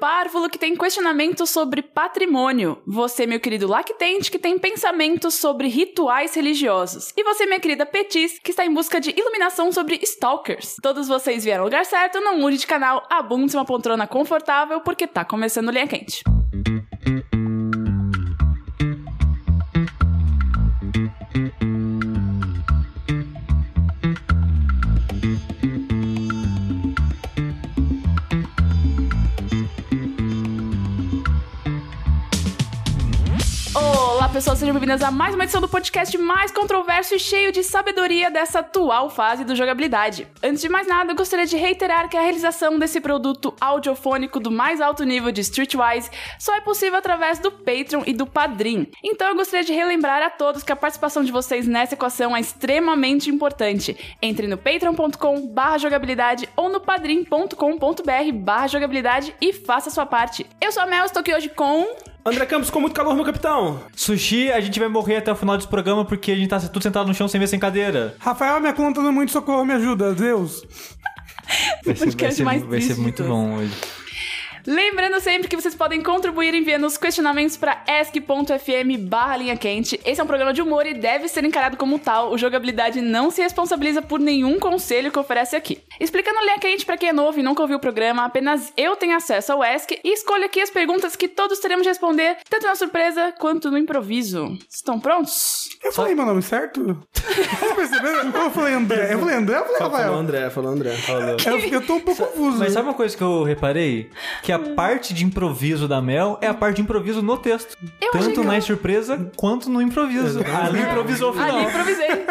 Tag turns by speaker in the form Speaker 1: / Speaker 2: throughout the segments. Speaker 1: Párvulo, que tem questionamentos sobre patrimônio. Você, meu querido Lactente, que tem pensamentos sobre rituais religiosos. E você, minha querida Petis, que está em busca de iluminação sobre stalkers. Todos vocês vieram ao lugar certo, não mude de canal, abunde uma poltrona confortável, porque tá começando Linha Quente. Olá, pessoas, sejam bem-vindas a mais uma edição do podcast mais controverso e cheio de sabedoria dessa atual fase do jogabilidade. Antes de mais nada, eu gostaria de reiterar que a realização desse produto audiofônico do mais alto nível de Streetwise só é possível através do Patreon e do Padrim. Então eu gostaria de relembrar a todos que a participação de vocês nessa equação é extremamente importante. Entre no patreon.com barra jogabilidade ou no padrim.com.br barra jogabilidade e faça a sua parte. Eu sou a Mel, estou aqui hoje com...
Speaker 2: André Campos, com muito calor, meu capitão.
Speaker 3: Sushi, a gente vai morrer até o final desse programa porque a gente tá tudo sentado no chão sem ver sem cadeira.
Speaker 4: Rafael, minha conta não é muito socorro, me ajuda, Deus.
Speaker 3: Vai ser, vai
Speaker 1: podcast
Speaker 3: ser,
Speaker 1: mais
Speaker 3: vai
Speaker 1: triste
Speaker 3: ser
Speaker 1: de
Speaker 3: muito
Speaker 1: todos.
Speaker 3: bom hoje.
Speaker 1: Lembrando sempre que vocês podem contribuir enviando os questionamentos para ask.fm barra linha quente. Esse é um programa de humor e deve ser encarado como tal. O Jogabilidade não se responsabiliza por nenhum conselho que oferece aqui. Explicando a linha quente para quem é novo e nunca ouviu o programa, apenas eu tenho acesso ao ask e escolho aqui as perguntas que todos teremos de responder, tanto na surpresa quanto no improviso. Estão prontos?
Speaker 4: Eu falei meu nome certo? Vocês perceberam? Ou eu falei André? Eu falei André ou eu falei
Speaker 2: Falou
Speaker 4: Rafael?
Speaker 2: André, falou André.
Speaker 3: Falou.
Speaker 4: Eu, eu tô um pouco confuso.
Speaker 3: Mas sabe uma coisa que eu reparei? Que a parte de improviso da Mel é a parte de improviso no texto.
Speaker 1: Eu achei
Speaker 3: Tanto
Speaker 1: que
Speaker 3: na
Speaker 1: eu-
Speaker 3: surpresa quanto no improviso. Ali improvisou o final.
Speaker 1: Ali improvisei.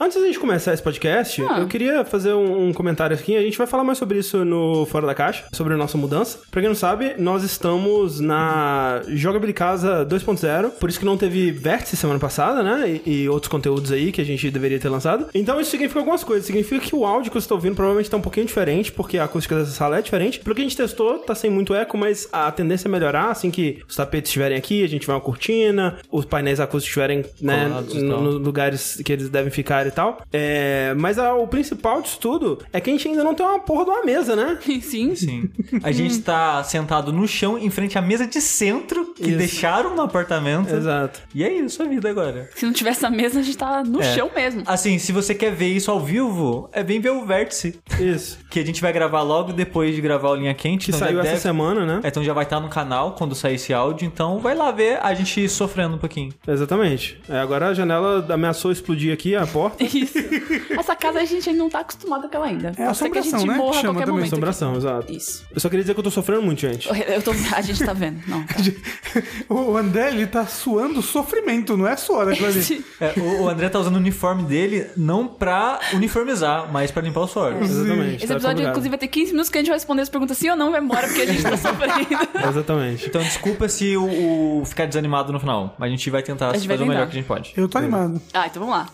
Speaker 2: Antes da gente começar esse podcast,
Speaker 1: Ah.
Speaker 2: eu queria fazer um, um comentário aqui. A gente vai falar mais sobre isso no Fora da Caixa, sobre a nossa mudança. Pra quem não sabe, nós estamos na Jogabilicasa 2.0, por isso que não teve vértice semana passada, né? E, e outros conteúdos aí que a gente deveria ter lançado. Então isso significa algumas coisas. Significa que o áudio que você tá ouvindo provavelmente tá um pouquinho diferente, porque a acústica dessa sala é diferente. Pelo que a gente testou, tá sem muito eco, mas a tendência é melhorar assim que os tapetes estiverem aqui, a gente vai uma cortina, os painéis acústicos estiverem, né,
Speaker 3: Colados e
Speaker 2: no-
Speaker 3: tal.
Speaker 2: no- lugares que eles devem ficar e tal. É, mas a- o principal disso tudo é que a gente ainda não tem uma porra de uma mesa, né?
Speaker 1: Sim.
Speaker 3: Sim. A gente tá sentado no chão em frente à mesa de centro que
Speaker 2: Isso.
Speaker 3: deixaram no apartamento.
Speaker 2: Exato.
Speaker 3: E é isso a vida agora.
Speaker 1: Se não tivesse a mesa, a gente tava no
Speaker 3: É.
Speaker 1: chão mesmo.
Speaker 3: Assim, se você quer ver isso ao vivo, é bem ver o vértice.
Speaker 2: Isso.
Speaker 3: Que a gente vai gravar logo depois de gravar o Linha Quente.
Speaker 2: Que
Speaker 3: então já
Speaker 2: saiu
Speaker 3: deve-
Speaker 2: essa semana, né?
Speaker 3: É, Então já vai estar no canal quando sair esse áudio, então vai lá ver a gente sofrendo um pouquinho.
Speaker 2: Exatamente. É, agora a janela ameaçou explodir aqui a porta.
Speaker 1: Isso. Essa casa a gente não tá acostumado com ela ainda.
Speaker 4: É
Speaker 1: Pode ser que a
Speaker 4: assombração,
Speaker 1: gente
Speaker 4: né?
Speaker 1: morra a
Speaker 4: Chama
Speaker 1: qualquer
Speaker 4: também
Speaker 1: momento. aqui.
Speaker 2: Assombração, exato.
Speaker 1: Isso.
Speaker 2: Eu só queria dizer que eu tô sofrendo muito, gente.
Speaker 1: Eu tô... A gente tá vendo. Não. tá.
Speaker 4: O André, ele tá suando sofrimento, não é suor aquilo ali.
Speaker 3: É, o, o André tá usando o uniforme dele não pra uniformizar, mas pra limpar o suor.
Speaker 1: É.
Speaker 2: Exatamente.
Speaker 1: Esse
Speaker 2: tá
Speaker 1: episódio,
Speaker 2: complicado.
Speaker 1: inclusive, vai ter 15 minutos que a gente vai responder as perguntas sim ou não, vai embora, porque a gente tá sofrendo.
Speaker 2: Exatamente.
Speaker 3: Então desculpa se o, o ficar desanimado no final. A gente vai tentar
Speaker 1: gente vai
Speaker 3: fazer o melhor
Speaker 1: tentar.
Speaker 3: que a gente pode.
Speaker 4: Eu tô animado.
Speaker 1: Ah, então vamos lá.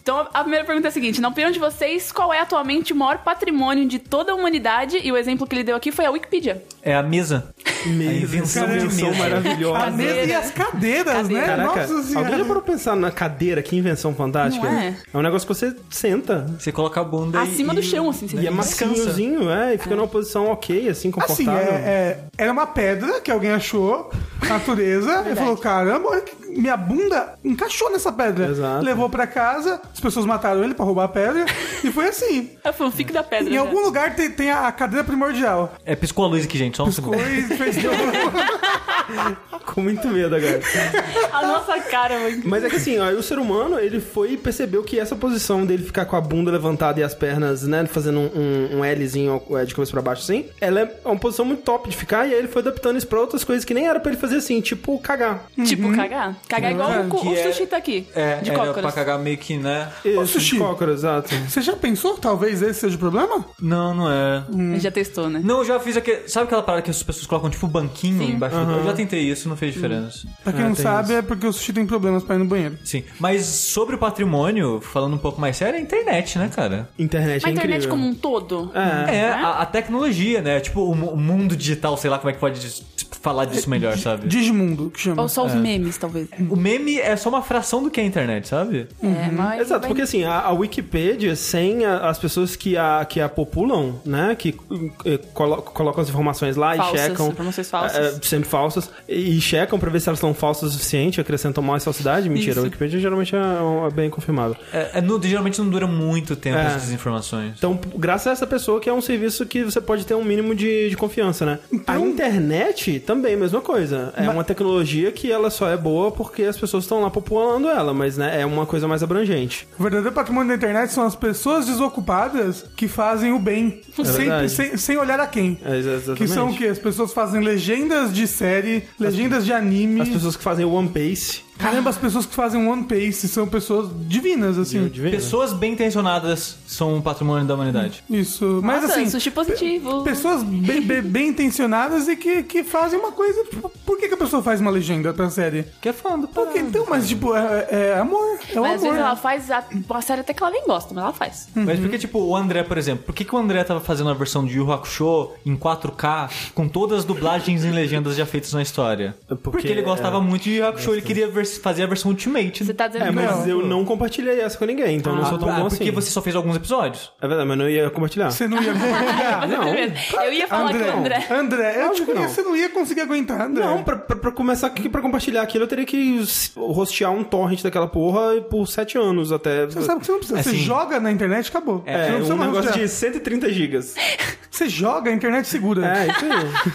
Speaker 1: Então, a primeira pergunta é a seguinte. Na opinião de vocês, qual é atualmente o maior patrimônio de toda a humanidade? E o exemplo que ele deu aqui foi a Wikipedia.
Speaker 3: É a mesa. A invenção
Speaker 2: Cara,
Speaker 3: de
Speaker 2: invenção
Speaker 3: mesa.
Speaker 2: maravilhosa.
Speaker 4: A mesa e as cadeiras, né?
Speaker 2: Caraca,
Speaker 4: Nossa
Speaker 2: alguém já
Speaker 4: senhora.
Speaker 2: parou pra pensar na cadeira? Que invenção fantástica.
Speaker 1: Não é?
Speaker 2: um negócio que você senta.
Speaker 3: Você coloca a bunda e-
Speaker 1: Acima
Speaker 3: e, né,
Speaker 1: do chão, assim. Você
Speaker 2: E é macinhozinho, é, e fica numa posição ok, assim,
Speaker 4: Assim,
Speaker 2: confortável.
Speaker 4: é, é- era uma pedra que alguém achou, natureza, e falou: caramba, olha que minha bunda encaixou nessa pedra.
Speaker 2: Exato.
Speaker 4: Levou pra casa, as pessoas mataram ele pra roubar a pedra, e foi assim.
Speaker 1: A fanfic da pedra.
Speaker 4: Em
Speaker 1: né?
Speaker 4: algum lugar tem, tem a cadeira primordial.
Speaker 3: É, piscou a luz aqui, gente. Só um
Speaker 4: Piscou
Speaker 3: segundo.
Speaker 4: e fez
Speaker 2: Com muito medo agora.
Speaker 1: A nossa cara, mano.
Speaker 2: Mas é que assim, ó, o ser humano, ele foi e percebeu que essa posição dele ficar com a bunda levantada e as pernas, né, fazendo um, um, um Lzinho é, de cabeça pra baixo assim, ela é uma posição muito top de ficar, e aí ele foi adaptando isso pra outras coisas que nem era pra ele fazer assim, tipo cagar.
Speaker 4: Uhum.
Speaker 1: Tipo, cagar. Cagar igual o, cu-
Speaker 3: Que
Speaker 1: o
Speaker 3: é-
Speaker 1: sushi tá aqui.
Speaker 3: É,
Speaker 1: de
Speaker 3: era
Speaker 1: cócoras.
Speaker 3: pra cagar meio que, né?
Speaker 2: Isso,
Speaker 4: sushi.
Speaker 2: de cócoras, exato.
Speaker 4: Você já pensou que talvez esse seja o problema?
Speaker 3: Não, não é.
Speaker 1: Ele Já testou,
Speaker 4: Hum.
Speaker 1: né?
Speaker 3: Não, eu já fiz aquele. Sabe aquela parada que as pessoas colocam tipo banquinho embaixo do. Eu já tentei isso, não fez diferença.
Speaker 4: Pra quem
Speaker 2: É,
Speaker 4: não
Speaker 2: tem
Speaker 4: sabe,
Speaker 2: isso.
Speaker 4: é porque o sushi tem problemas pra ir no banheiro.
Speaker 3: Sim, mas sobre o patrimônio, falando um pouco mais sério, é a internet, né, cara?
Speaker 2: Internet
Speaker 1: A
Speaker 2: é
Speaker 1: internet
Speaker 2: incrível.
Speaker 1: como um todo?
Speaker 2: É.
Speaker 3: É, a, a tecnologia, né? Tipo, o mu- o mundo digital, sei lá como é que pode des- falar disso melhor, sabe?
Speaker 4: Desmundo, que chama.
Speaker 1: Ou só os memes, talvez.
Speaker 3: O meme é só uma fração do que é a internet, sabe?
Speaker 1: É, mas.
Speaker 2: Exato, porque assim, a, a Wikipedia, sem a- as pessoas que a, que a populam, né? Que eh, colo- colocam as informações lá
Speaker 1: Falsas,
Speaker 2: e checam.
Speaker 1: informações falsas.
Speaker 2: eh, sempre falsas. E, e checam pra ver se elas são falsas o suficiente, acrescentam mais falsidade. Mentira,
Speaker 1: Isso.
Speaker 2: a Wikipedia geralmente é, um- é bem confirmada.
Speaker 3: É, é, não- geralmente não dura muito tempo
Speaker 2: É.
Speaker 3: essas informações.
Speaker 2: Então, p- graças a essa pessoa que é um serviço que você pode ter um mínimo de, de confiança, né? a
Speaker 1: Então
Speaker 2: internet também é a mesma coisa. É uma tecnologia que ela só é boa porque as pessoas estão lá populando ela, mas né, é uma coisa mais abrangente.
Speaker 4: O verdadeiro patrimônio da internet são as pessoas desocupadas que fazem o bem. Sempre,
Speaker 2: É verdade.
Speaker 4: sem, sem olhar a quem.
Speaker 2: É, ex- exatamente.
Speaker 4: Que são o quê? As pessoas fazem legendas de série, legendas de anime.
Speaker 2: As pessoas que fazem o One Piece.
Speaker 4: Caramba, as pessoas que fazem One Piece são pessoas divinas, assim.
Speaker 2: de vez, né?
Speaker 3: Pessoas bem intencionadas são o patrimônio da humanidade.
Speaker 4: Isso. Mas
Speaker 1: Nossa,
Speaker 4: assim.
Speaker 1: sushi é um positivo.
Speaker 4: Pessoas bem, bem- bem intencionadas e que, que fazem uma coisa. tipo, Por que, que a pessoa faz uma legenda pra série?
Speaker 2: né?
Speaker 3: Que é fã do
Speaker 4: Por que então? Mas, tipo, é, é amor. É o
Speaker 1: Mas às
Speaker 4: amor.
Speaker 1: vezes ela faz a, uma série até que ela nem gosta, mas ela faz.
Speaker 3: Mas
Speaker 2: Uhum.
Speaker 3: porque, tipo, o André, por exemplo, por que, que o André tava fazendo a versão de Yu Yu Hakusho em 4K com todas as dublagens e legendas já feitas na história? Porque, ele gostava muito de Yu Yu Hakusho, ele queria vers- fazer a versão Ultimate.
Speaker 1: Você tá dizendo
Speaker 2: É,
Speaker 1: que
Speaker 2: mas
Speaker 1: não.
Speaker 2: eu não compartilhei essa com ninguém, então eu não sou tão
Speaker 3: Ah,
Speaker 2: bom
Speaker 3: porque
Speaker 2: assim.
Speaker 3: você só fez alguns episódios.
Speaker 2: É verdade, mas eu não ia compartilhar.
Speaker 4: Você não ia aguentar.
Speaker 1: tá Eu ia falar com o André.
Speaker 4: André, eu
Speaker 2: Lógico
Speaker 4: te
Speaker 2: que não.
Speaker 4: conheço, você não ia conseguir aguentar, André.
Speaker 2: Não, pra, pra, pra começar, aqui- pra compartilhar aquilo, eu teria que s- rostear um torrent daquela porra por sete anos até.
Speaker 4: Você sabe que você não precisa.
Speaker 3: É,
Speaker 4: você
Speaker 3: sim.
Speaker 4: joga na internet, acabou.
Speaker 2: assim, É,
Speaker 4: você não
Speaker 2: um
Speaker 4: mais
Speaker 2: negócio
Speaker 4: rostear.
Speaker 2: de 130 gigas.
Speaker 4: Você joga, a internet segura.
Speaker 2: É, isso aí.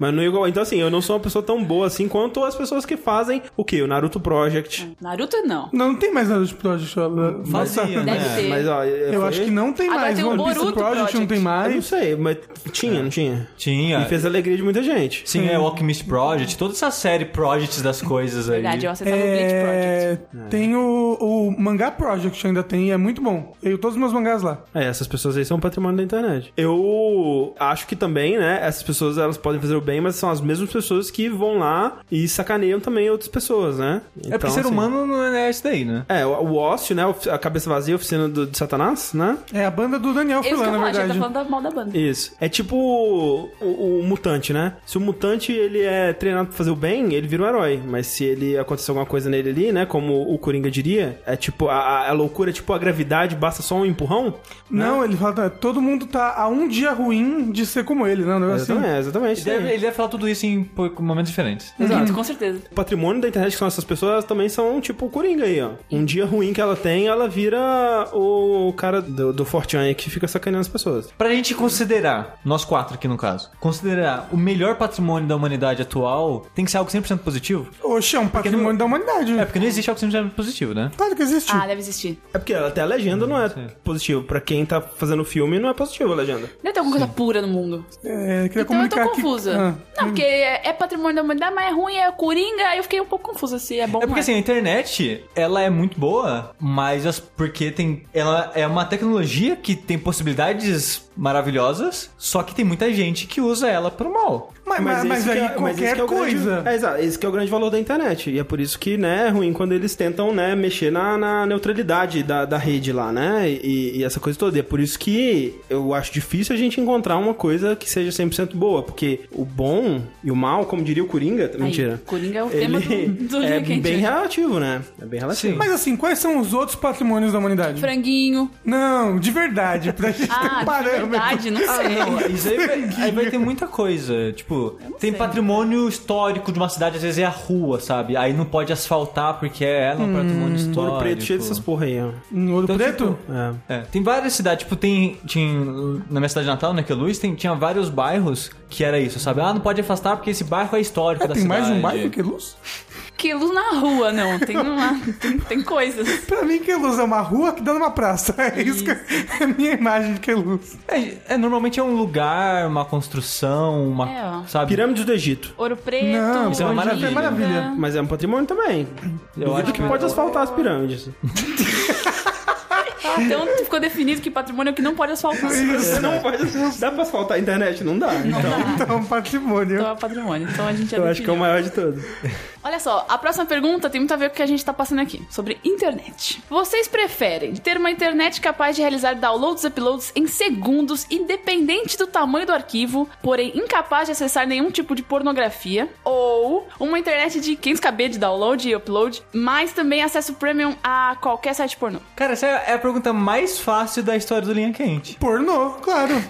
Speaker 2: Mas não é igual. Então, assim, eu não sou uma pessoa tão boa assim quanto as pessoas que fazem o quê? O Naruto Project.
Speaker 1: Naruto não.
Speaker 4: Não, não tem mais nada de Project. ela-
Speaker 3: Fazia,
Speaker 4: Nossa.
Speaker 3: né?
Speaker 1: Deve
Speaker 3: É,
Speaker 1: ter.
Speaker 2: Mas, ó,
Speaker 4: Eu acho que não tem
Speaker 1: Agora
Speaker 4: mais.
Speaker 1: tem o
Speaker 4: One Piece
Speaker 1: Boruto
Speaker 4: Project não
Speaker 1: Project.
Speaker 2: Eu
Speaker 4: tem
Speaker 2: não
Speaker 4: mais.
Speaker 2: sei, mas tinha, não tinha?
Speaker 3: Tinha.
Speaker 2: E fez a alegria de muita gente.
Speaker 3: Sim, é o Alchemist Project, toda essa série Projects das coisas aí.
Speaker 1: Verdade, eu acessava o Bleach Project.
Speaker 4: É, tem o, o Mangá Project ainda tem, é muito bom. Eu todos os meus mangás lá.
Speaker 2: É, essas pessoas aí são patrimônio da internet. Eu acho que também, né, essas pessoas elas podem fazer o bem, mas são as mesmas pessoas que vão lá e sacaneiam também outras pessoas, né?
Speaker 3: É porque ser humano não é isso daí, né?
Speaker 2: É, o, o Ócio, né, ofi- a cabeça vazia, a oficina do, de Satanás, né?
Speaker 4: É a banda do Daniel
Speaker 1: Eu
Speaker 4: Filan,
Speaker 1: que eu
Speaker 4: na
Speaker 1: falo, a gente tá
Speaker 4: verdade.
Speaker 1: falando da mal da banda.
Speaker 2: Isso. É tipo o, o- o mutante, né? Se o mutante ele é treinado pra fazer o bem, ele vira um herói. Mas se ele acontecer alguma coisa nele ali, né? Como o Coringa diria, é tipo a, a- a loucura, é tipo a gravidade, basta só um empurrão.
Speaker 4: Não, ele fala, todo mundo tá a um dia ruim de ser como ele, né? Um negócio
Speaker 2: Exatamente,
Speaker 4: assim.
Speaker 2: exatamente.
Speaker 3: Ele deve, ele deve falar tudo isso em po- momentos diferentes.
Speaker 1: Exato, com certeza.
Speaker 2: O patrimônio da internet que são essas pessoas, elas também são tipo o Coringa aí, ó. Um dia ruim que ela tem, ela vira o cara do, do Fortran aí que fica sacaneando as pessoas.
Speaker 3: Pra gente considerar, nós quatro aqui no caso, considerar o melhor patrimônio da humanidade atual tem que ser algo 100% positivo?
Speaker 4: Oxe, é um patrimônio da humanidade.
Speaker 3: É porque não existe algo 100% positivo, né?
Speaker 4: Claro que existe.
Speaker 1: Ah, deve existir.
Speaker 2: É porque até a legenda não é
Speaker 3: Sim.
Speaker 2: positivo. Pra quem tá fazendo filme, não é positivo a legenda.
Speaker 1: Deve ter alguma coisa pura no mundo.
Speaker 4: É, queria
Speaker 1: Então eu
Speaker 4: comunicar
Speaker 1: tô
Speaker 4: aqui-
Speaker 1: confusa.
Speaker 4: Ah.
Speaker 1: Não, porque é é patrimônio da humanidade, mas é ruim, é coringa, aí eu fiquei um pouco confusa se é bom
Speaker 3: É porque
Speaker 1: ou não.
Speaker 3: assim, a internet, ela é muito boa, mas as- porque tem. Ela é uma tecnologia que tem possibilidades maravilhosas, só que tem muita gente que usa ela pro mal.
Speaker 4: Mas, mas, mas
Speaker 2: esse que
Speaker 4: aí
Speaker 2: é- esse
Speaker 4: qualquer
Speaker 2: que é o grande-
Speaker 4: coisa.
Speaker 2: é, exato. Esse que é o grande valor da internet. E é por isso que, né, é ruim quando eles tentam, né, mexer na, na neutralidade da, da rede lá, né? E, e essa coisa toda. E é por isso que eu acho difícil a gente encontrar uma coisa que seja 100% boa. Porque o bom e o mal, como diria o Coringa... mentira.
Speaker 1: Coringa é o tema
Speaker 2: Ele
Speaker 1: do- do
Speaker 2: é
Speaker 1: Linha Quente,
Speaker 2: bem
Speaker 1: né?
Speaker 2: relativo, né? É bem relativo.
Speaker 4: Mas assim, quais são os outros patrimônios da humanidade?
Speaker 1: Franguinho.
Speaker 4: Não, de verdade, pra gente
Speaker 1: Ah,
Speaker 4: ter
Speaker 1: de
Speaker 4: parâmetro.
Speaker 1: verdade, não
Speaker 3: Ah,
Speaker 2: É,
Speaker 1: sei.
Speaker 3: não, isso aí, vai- aí vai ter muita coisa. Tipo, tem patrimônio histórico de uma cidade, às vezes é a rua, sabe? Aí não pode asfaltar porque é ela um patrimônio histórico.
Speaker 2: Ouro Hum, preto cheio dessas porra aí, ó.
Speaker 4: Em Um Ouro
Speaker 3: Então,
Speaker 4: Preto?
Speaker 2: É.
Speaker 3: É, tem várias cidades, tipo, tem, tinha, na minha cidade natal, né, que é Luz, tem, tinha vários bairros que era isso, sabe? Ah, não pode afastar porque esse bairro é histórico
Speaker 4: Ah,
Speaker 3: da
Speaker 4: tem
Speaker 3: cidade.
Speaker 4: mais de um bairro que luz?
Speaker 1: Que luz na rua, não. Tem, uma, tem, tem coisas.
Speaker 4: Pra mim, Queluz é uma rua que dá numa praça. É isso, que é a minha imagem de Queluz.
Speaker 3: É, é, normalmente é um lugar, uma construção, uma,
Speaker 1: É, ó.
Speaker 3: sabe?
Speaker 2: Pirâmides do Egito.
Speaker 1: Ouro preto.
Speaker 4: Não,
Speaker 3: isso é uma
Speaker 1: Olinda.
Speaker 4: maravilha.
Speaker 2: Mas é um patrimônio também.
Speaker 3: Eu acho
Speaker 2: Duvido que
Speaker 3: que-
Speaker 2: pode asfaltar as pirâmides.
Speaker 1: então ficou definido que patrimônio é o que não pode asfaltar.
Speaker 2: Você não pode. Dá pra asfaltar a internet? Não dá. Então,
Speaker 4: Então, patrimônio.
Speaker 1: Ah. Então é patrimônio. Então a gente já
Speaker 2: eu acho que é
Speaker 1: definiu.
Speaker 2: o maior de todos.
Speaker 1: É. Olha só, a próxima pergunta tem muito a ver com o que a gente tá passando aqui, sobre internet. Vocês preferem ter uma internet capaz de realizar downloads e uploads em segundos, independente do tamanho do arquivo, porém incapaz de acessar nenhum tipo de pornografia, ou uma internet de 500kb de download e upload, mas também acesso premium a qualquer site pornô?
Speaker 3: Cara, essa é a pergunta mais fácil da história do Linha Quente.
Speaker 4: Pornô, claro.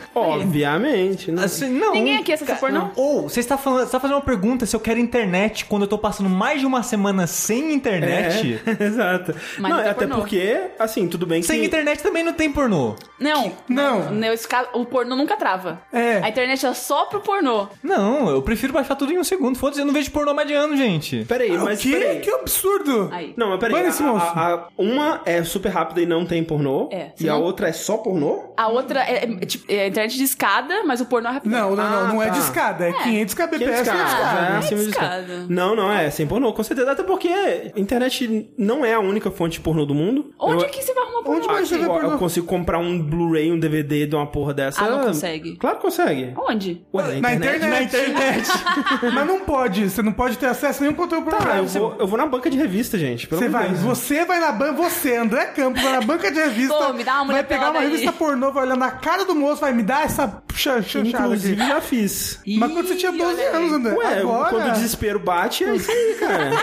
Speaker 2: Obviamente, né?
Speaker 3: Assim, não.
Speaker 1: Ninguém aqui acessa
Speaker 3: Ca-
Speaker 1: pornô?
Speaker 3: Ou, você está, falando, você tá fazendo uma pergunta se eu quero internet quando eu tô passando mais de uma semana sem internet.
Speaker 2: É, exato.
Speaker 1: Mas
Speaker 2: não,
Speaker 1: não tem
Speaker 2: até
Speaker 1: pornô.
Speaker 2: porque, assim, tudo
Speaker 4: É.
Speaker 2: bem que.
Speaker 3: Sem internet também não tem pornô.
Speaker 1: Não.
Speaker 4: Não.
Speaker 1: Nesse caso, o pornô nunca trava.
Speaker 4: É.
Speaker 1: A internet é só pro pornô.
Speaker 3: Não, eu prefiro baixar tudo em um segundo. Foda-se, eu não vejo pornô mais de ano, gente.
Speaker 2: Peraí,
Speaker 4: Ah,
Speaker 2: mas.
Speaker 4: o quê?
Speaker 2: Peraí.
Speaker 4: Que absurdo.
Speaker 1: Aí.
Speaker 2: Não, mas peraí.
Speaker 4: Mano, esse
Speaker 2: a- a-
Speaker 4: monstro.
Speaker 2: a- uma é super rápida e não tem pornô.
Speaker 1: É.
Speaker 2: E a outra é só pornô?
Speaker 1: A outra é, é, tipo, é internet de escada, mas o pornô é rápido.
Speaker 4: Não, não, não.
Speaker 2: Ah,
Speaker 4: não é
Speaker 2: tá.
Speaker 4: de escada. É 500 kbps. de
Speaker 1: kbps.
Speaker 4: escada. né?
Speaker 1: é
Speaker 2: é acima de
Speaker 1: discado.
Speaker 2: escada. Não, não, é sem pornô, com certeza. Até porque a internet não é a única fonte de pornô do mundo.
Speaker 1: Onde
Speaker 2: eu,
Speaker 1: que você vai arrumar pornô?
Speaker 4: Onde vai
Speaker 2: Aqui,
Speaker 4: você vê
Speaker 2: ó,
Speaker 4: pornô?
Speaker 2: eu consigo comprar um Blu-ray, um DVD de uma porra dessa.
Speaker 1: Ah, não consegue.
Speaker 2: Claro que consegue.
Speaker 1: Onde?
Speaker 2: Ué,
Speaker 4: Na internet.
Speaker 3: Na internet.
Speaker 4: Mas não pode. Você não pode ter acesso a nenhum conteúdo
Speaker 2: Ah, eu
Speaker 1: Tá,
Speaker 4: pornográfico.
Speaker 2: vou, eu vou na banca de revista, gente. pelo
Speaker 4: Tá, Você
Speaker 2: amor de
Speaker 4: vai,
Speaker 2: Deus.
Speaker 4: você vai na banca, você, André Campos, vai na banca de revista,
Speaker 1: Pô, me dá uma mulher
Speaker 4: vai pegar uma
Speaker 1: pelada aí.
Speaker 4: revista pornô, vai olhar na cara do moço, vai me dar essa ch- ch- chanchada
Speaker 2: Inclusive,
Speaker 4: é aqui.
Speaker 2: já fiz.
Speaker 4: Mas quando você tinha 12
Speaker 1: olha aí.
Speaker 4: anos, André,
Speaker 2: Ué,
Speaker 4: agora...
Speaker 2: quando o desespero bate, é isso aí, cara.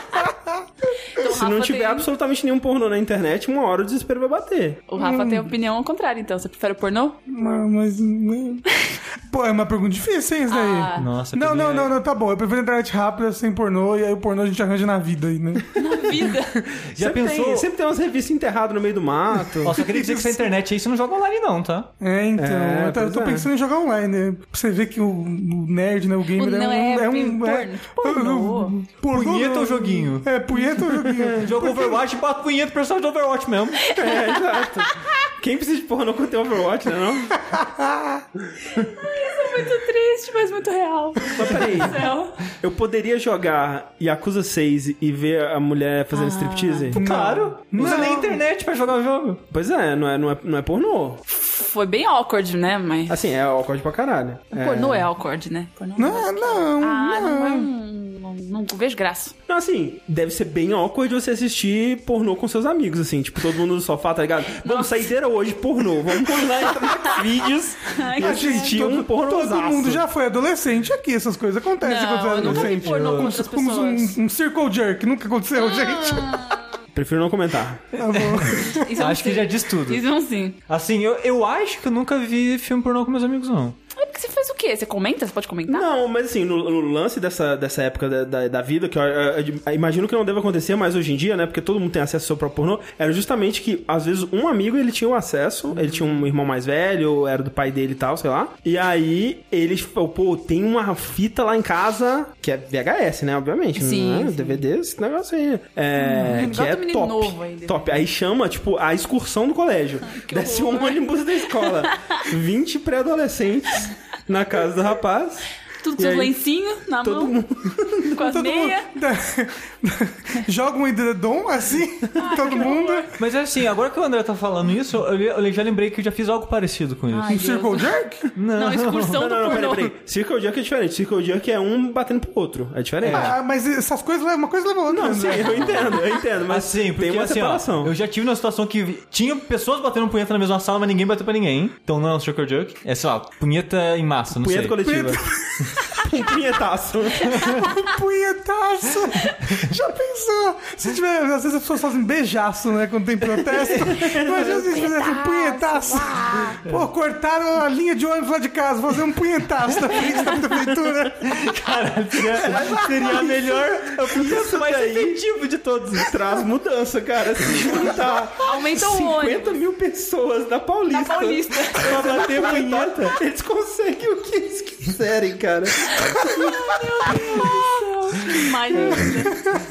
Speaker 1: Então, o
Speaker 2: Se não
Speaker 1: Rafa
Speaker 2: tiver
Speaker 1: tem-
Speaker 2: absolutamente nenhum pornô na internet, uma hora o desespero vai bater.
Speaker 1: O Rafa tem opinião ao contrário, então. Você prefere o pornô?
Speaker 4: Mas, mas- Pô, é uma pergunta difícil, hein, isso daí.
Speaker 1: Ah.
Speaker 3: Nossa,
Speaker 4: Não,
Speaker 3: pra mim
Speaker 4: não,
Speaker 3: é-
Speaker 4: não, não, tá bom. Eu prefiro internet rápida sem pornô, e aí o pornô a gente arranja na vida aí, né?
Speaker 1: Na vida.
Speaker 3: Já
Speaker 2: sempre
Speaker 3: pensou?
Speaker 2: Tem, sempre tem umas revistas enterradas no meio do mato.
Speaker 3: Nossa, eu queria dizer que essa internet aí você não joga online, não, tá?
Speaker 4: É, então.
Speaker 2: É,
Speaker 4: eu, tô, eu tô
Speaker 2: pois é.
Speaker 4: pensando em jogar online, né? Pra você ver que o, o nerd, né? O gamer
Speaker 1: O
Speaker 4: é um.
Speaker 1: nerd,
Speaker 4: é um
Speaker 1: porno, pornô.
Speaker 4: pornô
Speaker 3: Punheta
Speaker 4: não.
Speaker 3: ou joguinho?
Speaker 4: É, punheta ou joguinho.
Speaker 3: Joga Overwatch e bate punheta pro pessoal de Overwatch mesmo.
Speaker 2: É, exato. Quem precisa de pornô quando tem Overwatch, né? Não?
Speaker 1: muito triste, mas muito real.
Speaker 2: Mas peraí,
Speaker 1: Céu.
Speaker 2: eu poderia jogar Yakuza 6 e ver a mulher
Speaker 1: Ah.
Speaker 2: fazendo striptease?
Speaker 3: Claro. Não usa
Speaker 4: Não.
Speaker 3: nem internet pra jogar o jogo.
Speaker 2: Pois é não é, não é, não é pornô.
Speaker 1: Foi bem awkward, né? Mas.
Speaker 2: Assim, é awkward pra caralho.
Speaker 1: Pornô é awkward, né? Pornô
Speaker 4: Não, não.
Speaker 1: Ah, não é um. Não, não vejo graça.
Speaker 2: Não, assim, deve ser bem awkward você assistir pornô com seus amigos, assim, tipo, todo mundo no sofá, tá ligado? Vamos saideira hoje, pornô. Vamos pular entrar vídeos
Speaker 1: Ai,
Speaker 2: e
Speaker 1: que
Speaker 2: assistir
Speaker 4: Todo-
Speaker 2: um pornô.
Speaker 4: Todo mundo já foi adolescente aqui, essas coisas acontecem
Speaker 1: Não,
Speaker 4: quando você é
Speaker 1: eu nunca vi
Speaker 4: adolescente.
Speaker 1: pornô com
Speaker 4: Como-
Speaker 1: outras
Speaker 4: como
Speaker 1: pessoas. Ah.
Speaker 4: um, um circle jerk, nunca aconteceu, gente.
Speaker 2: Prefiro não comentar.
Speaker 4: Tá bom.
Speaker 1: Isso é um
Speaker 3: Acho que
Speaker 1: sim.
Speaker 3: já diz tudo.
Speaker 1: Isso é um sim.
Speaker 3: Assim, eu, eu acho que eu nunca vi filme pornô com meus amigos, não.
Speaker 1: É porque você faz o quê? Você comenta? Você pode comentar?
Speaker 2: Não, mas assim, no, no lance dessa, dessa época da, da, da vida, que eu, eu- eu imagino que não deva acontecer mais hoje em dia, né? Porque todo mundo tem acesso ao seu próprio pornô. Era justamente que, às vezes, um amigo ele tinha o acesso, ele tinha um irmão mais velho, ou era do pai dele e tal, sei lá. E aí, eles, falou, pô, tem uma fita lá em casa, que é VHS, né? Obviamente.
Speaker 1: Sim,
Speaker 2: né?
Speaker 1: sim.
Speaker 2: DVD, esse negócio aí. É, que
Speaker 1: igual
Speaker 2: é
Speaker 1: do menino
Speaker 2: top.
Speaker 1: novo ainda.
Speaker 2: top. Aí chama, tipo, a excursão do colégio.
Speaker 1: que
Speaker 2: Desce
Speaker 1: horror.
Speaker 2: um ônibus da escola. 20 pré-adolescentes na casa do rapaz.
Speaker 1: Tudo com
Speaker 2: E
Speaker 1: seus
Speaker 2: aí,
Speaker 1: lencinhos na
Speaker 2: Todo
Speaker 1: mão,
Speaker 2: mundo.
Speaker 1: com as
Speaker 4: Todo mundo.
Speaker 1: meias.
Speaker 4: Joga um edredom assim, todo mundo.
Speaker 3: Mas assim, agora que o André tá falando isso, eu, eu já lembrei que eu já fiz algo parecido com isso.
Speaker 1: Ai,
Speaker 4: Um
Speaker 1: Deus.
Speaker 4: circle jerk?
Speaker 1: Não, excursão
Speaker 2: Não, não, não,
Speaker 1: do
Speaker 2: peraí,
Speaker 1: pornô.
Speaker 2: peraí. Circle Jerk é diferente. Circle Jerk é um batendo pro outro. É diferente.
Speaker 4: Ah, mas essas coisas, levam- uma coisa leva a outra.
Speaker 2: Não,
Speaker 4: né?
Speaker 2: sim, eu entendo, eu entendo. Mas
Speaker 3: Assim, porque
Speaker 2: tem uma
Speaker 3: assim,
Speaker 2: separação.
Speaker 3: ó, eu já tive uma situação que tinha pessoas batendo punheta na mesma sala, mas ninguém bateu pra ninguém. Então não é um circle jerk. É, sei lá, punheta em massa, não
Speaker 2: Punheta
Speaker 3: sei.
Speaker 2: coletiva. um punhetaço.
Speaker 4: Punhetaço! Já pensou? Se tiver, às vezes as pessoas fazem beijaço, né? Quando tem protesto. Imagina se eles fizessem um punhetaço. Pô, cortaram a linha de ônibus lá de casa, fazer um punhetaço na frente da prefeitura.
Speaker 3: Caralho, seria, seria a melhor, a punheta mais efetivo de todos.
Speaker 2: Traz mudança, cara. Se juntar
Speaker 1: Aumenta o
Speaker 2: 50
Speaker 1: ônibus.
Speaker 2: mil pessoas na Paulista,
Speaker 1: Na Paulista.
Speaker 2: pra bater punheta, eles conseguem o que eles quiserem, cara.
Speaker 1: Deus! Que mais ainda.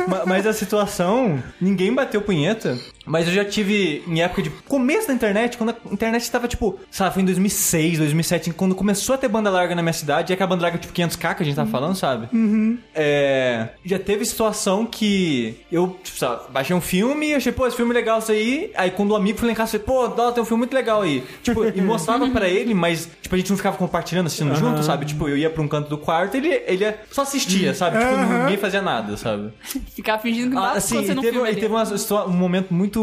Speaker 3: Ma- Mas a situação, ninguém bateu punheta. Mas eu já tive, em época de começo da internet, quando a internet tava tipo, sabe, foi em 2006, 2007, quando começou a ter banda larga na minha cidade, e é que a banda larga tipo 500k que a gente tava falando, sabe? Uhum. É. Já teve situação que eu, tipo, sabe, baixei um filme, achei, pô, esse filme é legal isso aí. Aí quando o amigo foi lá em casa, eu falei, pô, dá, tem um filme muito legal aí. Tipo, e mostrava pra ele, mas, tipo, a gente não ficava compartilhando, assistindo junto, sabe? Tipo, eu ia pra um canto do quarto, ele, ele só assistia, sabe? Tipo, ninguém fazia nada, sabe?
Speaker 1: Ficar fingindo que
Speaker 3: Ah,
Speaker 1: tá
Speaker 3: assim,
Speaker 1: acontecendo um
Speaker 3: teve,
Speaker 1: filme
Speaker 3: e
Speaker 1: ali.
Speaker 3: teve uma situa- um momento muito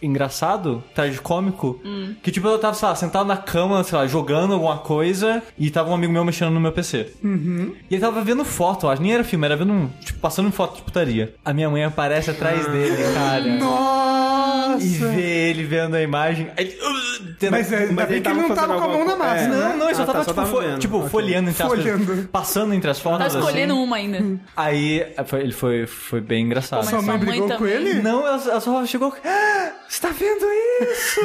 Speaker 3: engraçado, tragicômico,
Speaker 4: Hum.
Speaker 3: que tipo, eu tava, sei lá, sentado na cama, sei lá, jogando alguma coisa, e tava um amigo meu mexendo no meu PC.
Speaker 4: Uhum.
Speaker 3: E ele tava vendo foto, eu acho, nem era filme, era vendo, um- tipo, passando foto de putaria. A minha mãe aparece atrás dele, cara. E
Speaker 4: Nossa!
Speaker 3: vê ele vendo a imagem. aí ele, uh, tenta-
Speaker 4: Mas é- Ainda bem que ele não
Speaker 2: fazendo
Speaker 4: tava com a
Speaker 2: alguma
Speaker 4: mão na
Speaker 2: coisa.
Speaker 4: massa, né?
Speaker 3: Não, não, ele só
Speaker 2: Ah, tá,
Speaker 3: tava, tipo, fo-
Speaker 2: vendo.
Speaker 3: tipo,
Speaker 2: Ok.
Speaker 3: folheando entre as
Speaker 4: Folheando.
Speaker 3: Passando entre as fotos.
Speaker 1: Tá escolhendo
Speaker 3: assim.
Speaker 1: uma ainda.
Speaker 3: Aí foi- ele foi, foi bem engraçado.
Speaker 1: Mas
Speaker 4: Sua
Speaker 1: sua
Speaker 4: mãe
Speaker 1: mãe
Speaker 4: brigou com
Speaker 1: também.
Speaker 4: ele?
Speaker 3: Não, ela, ela só chegou. "Ah, Você tá vendo isso?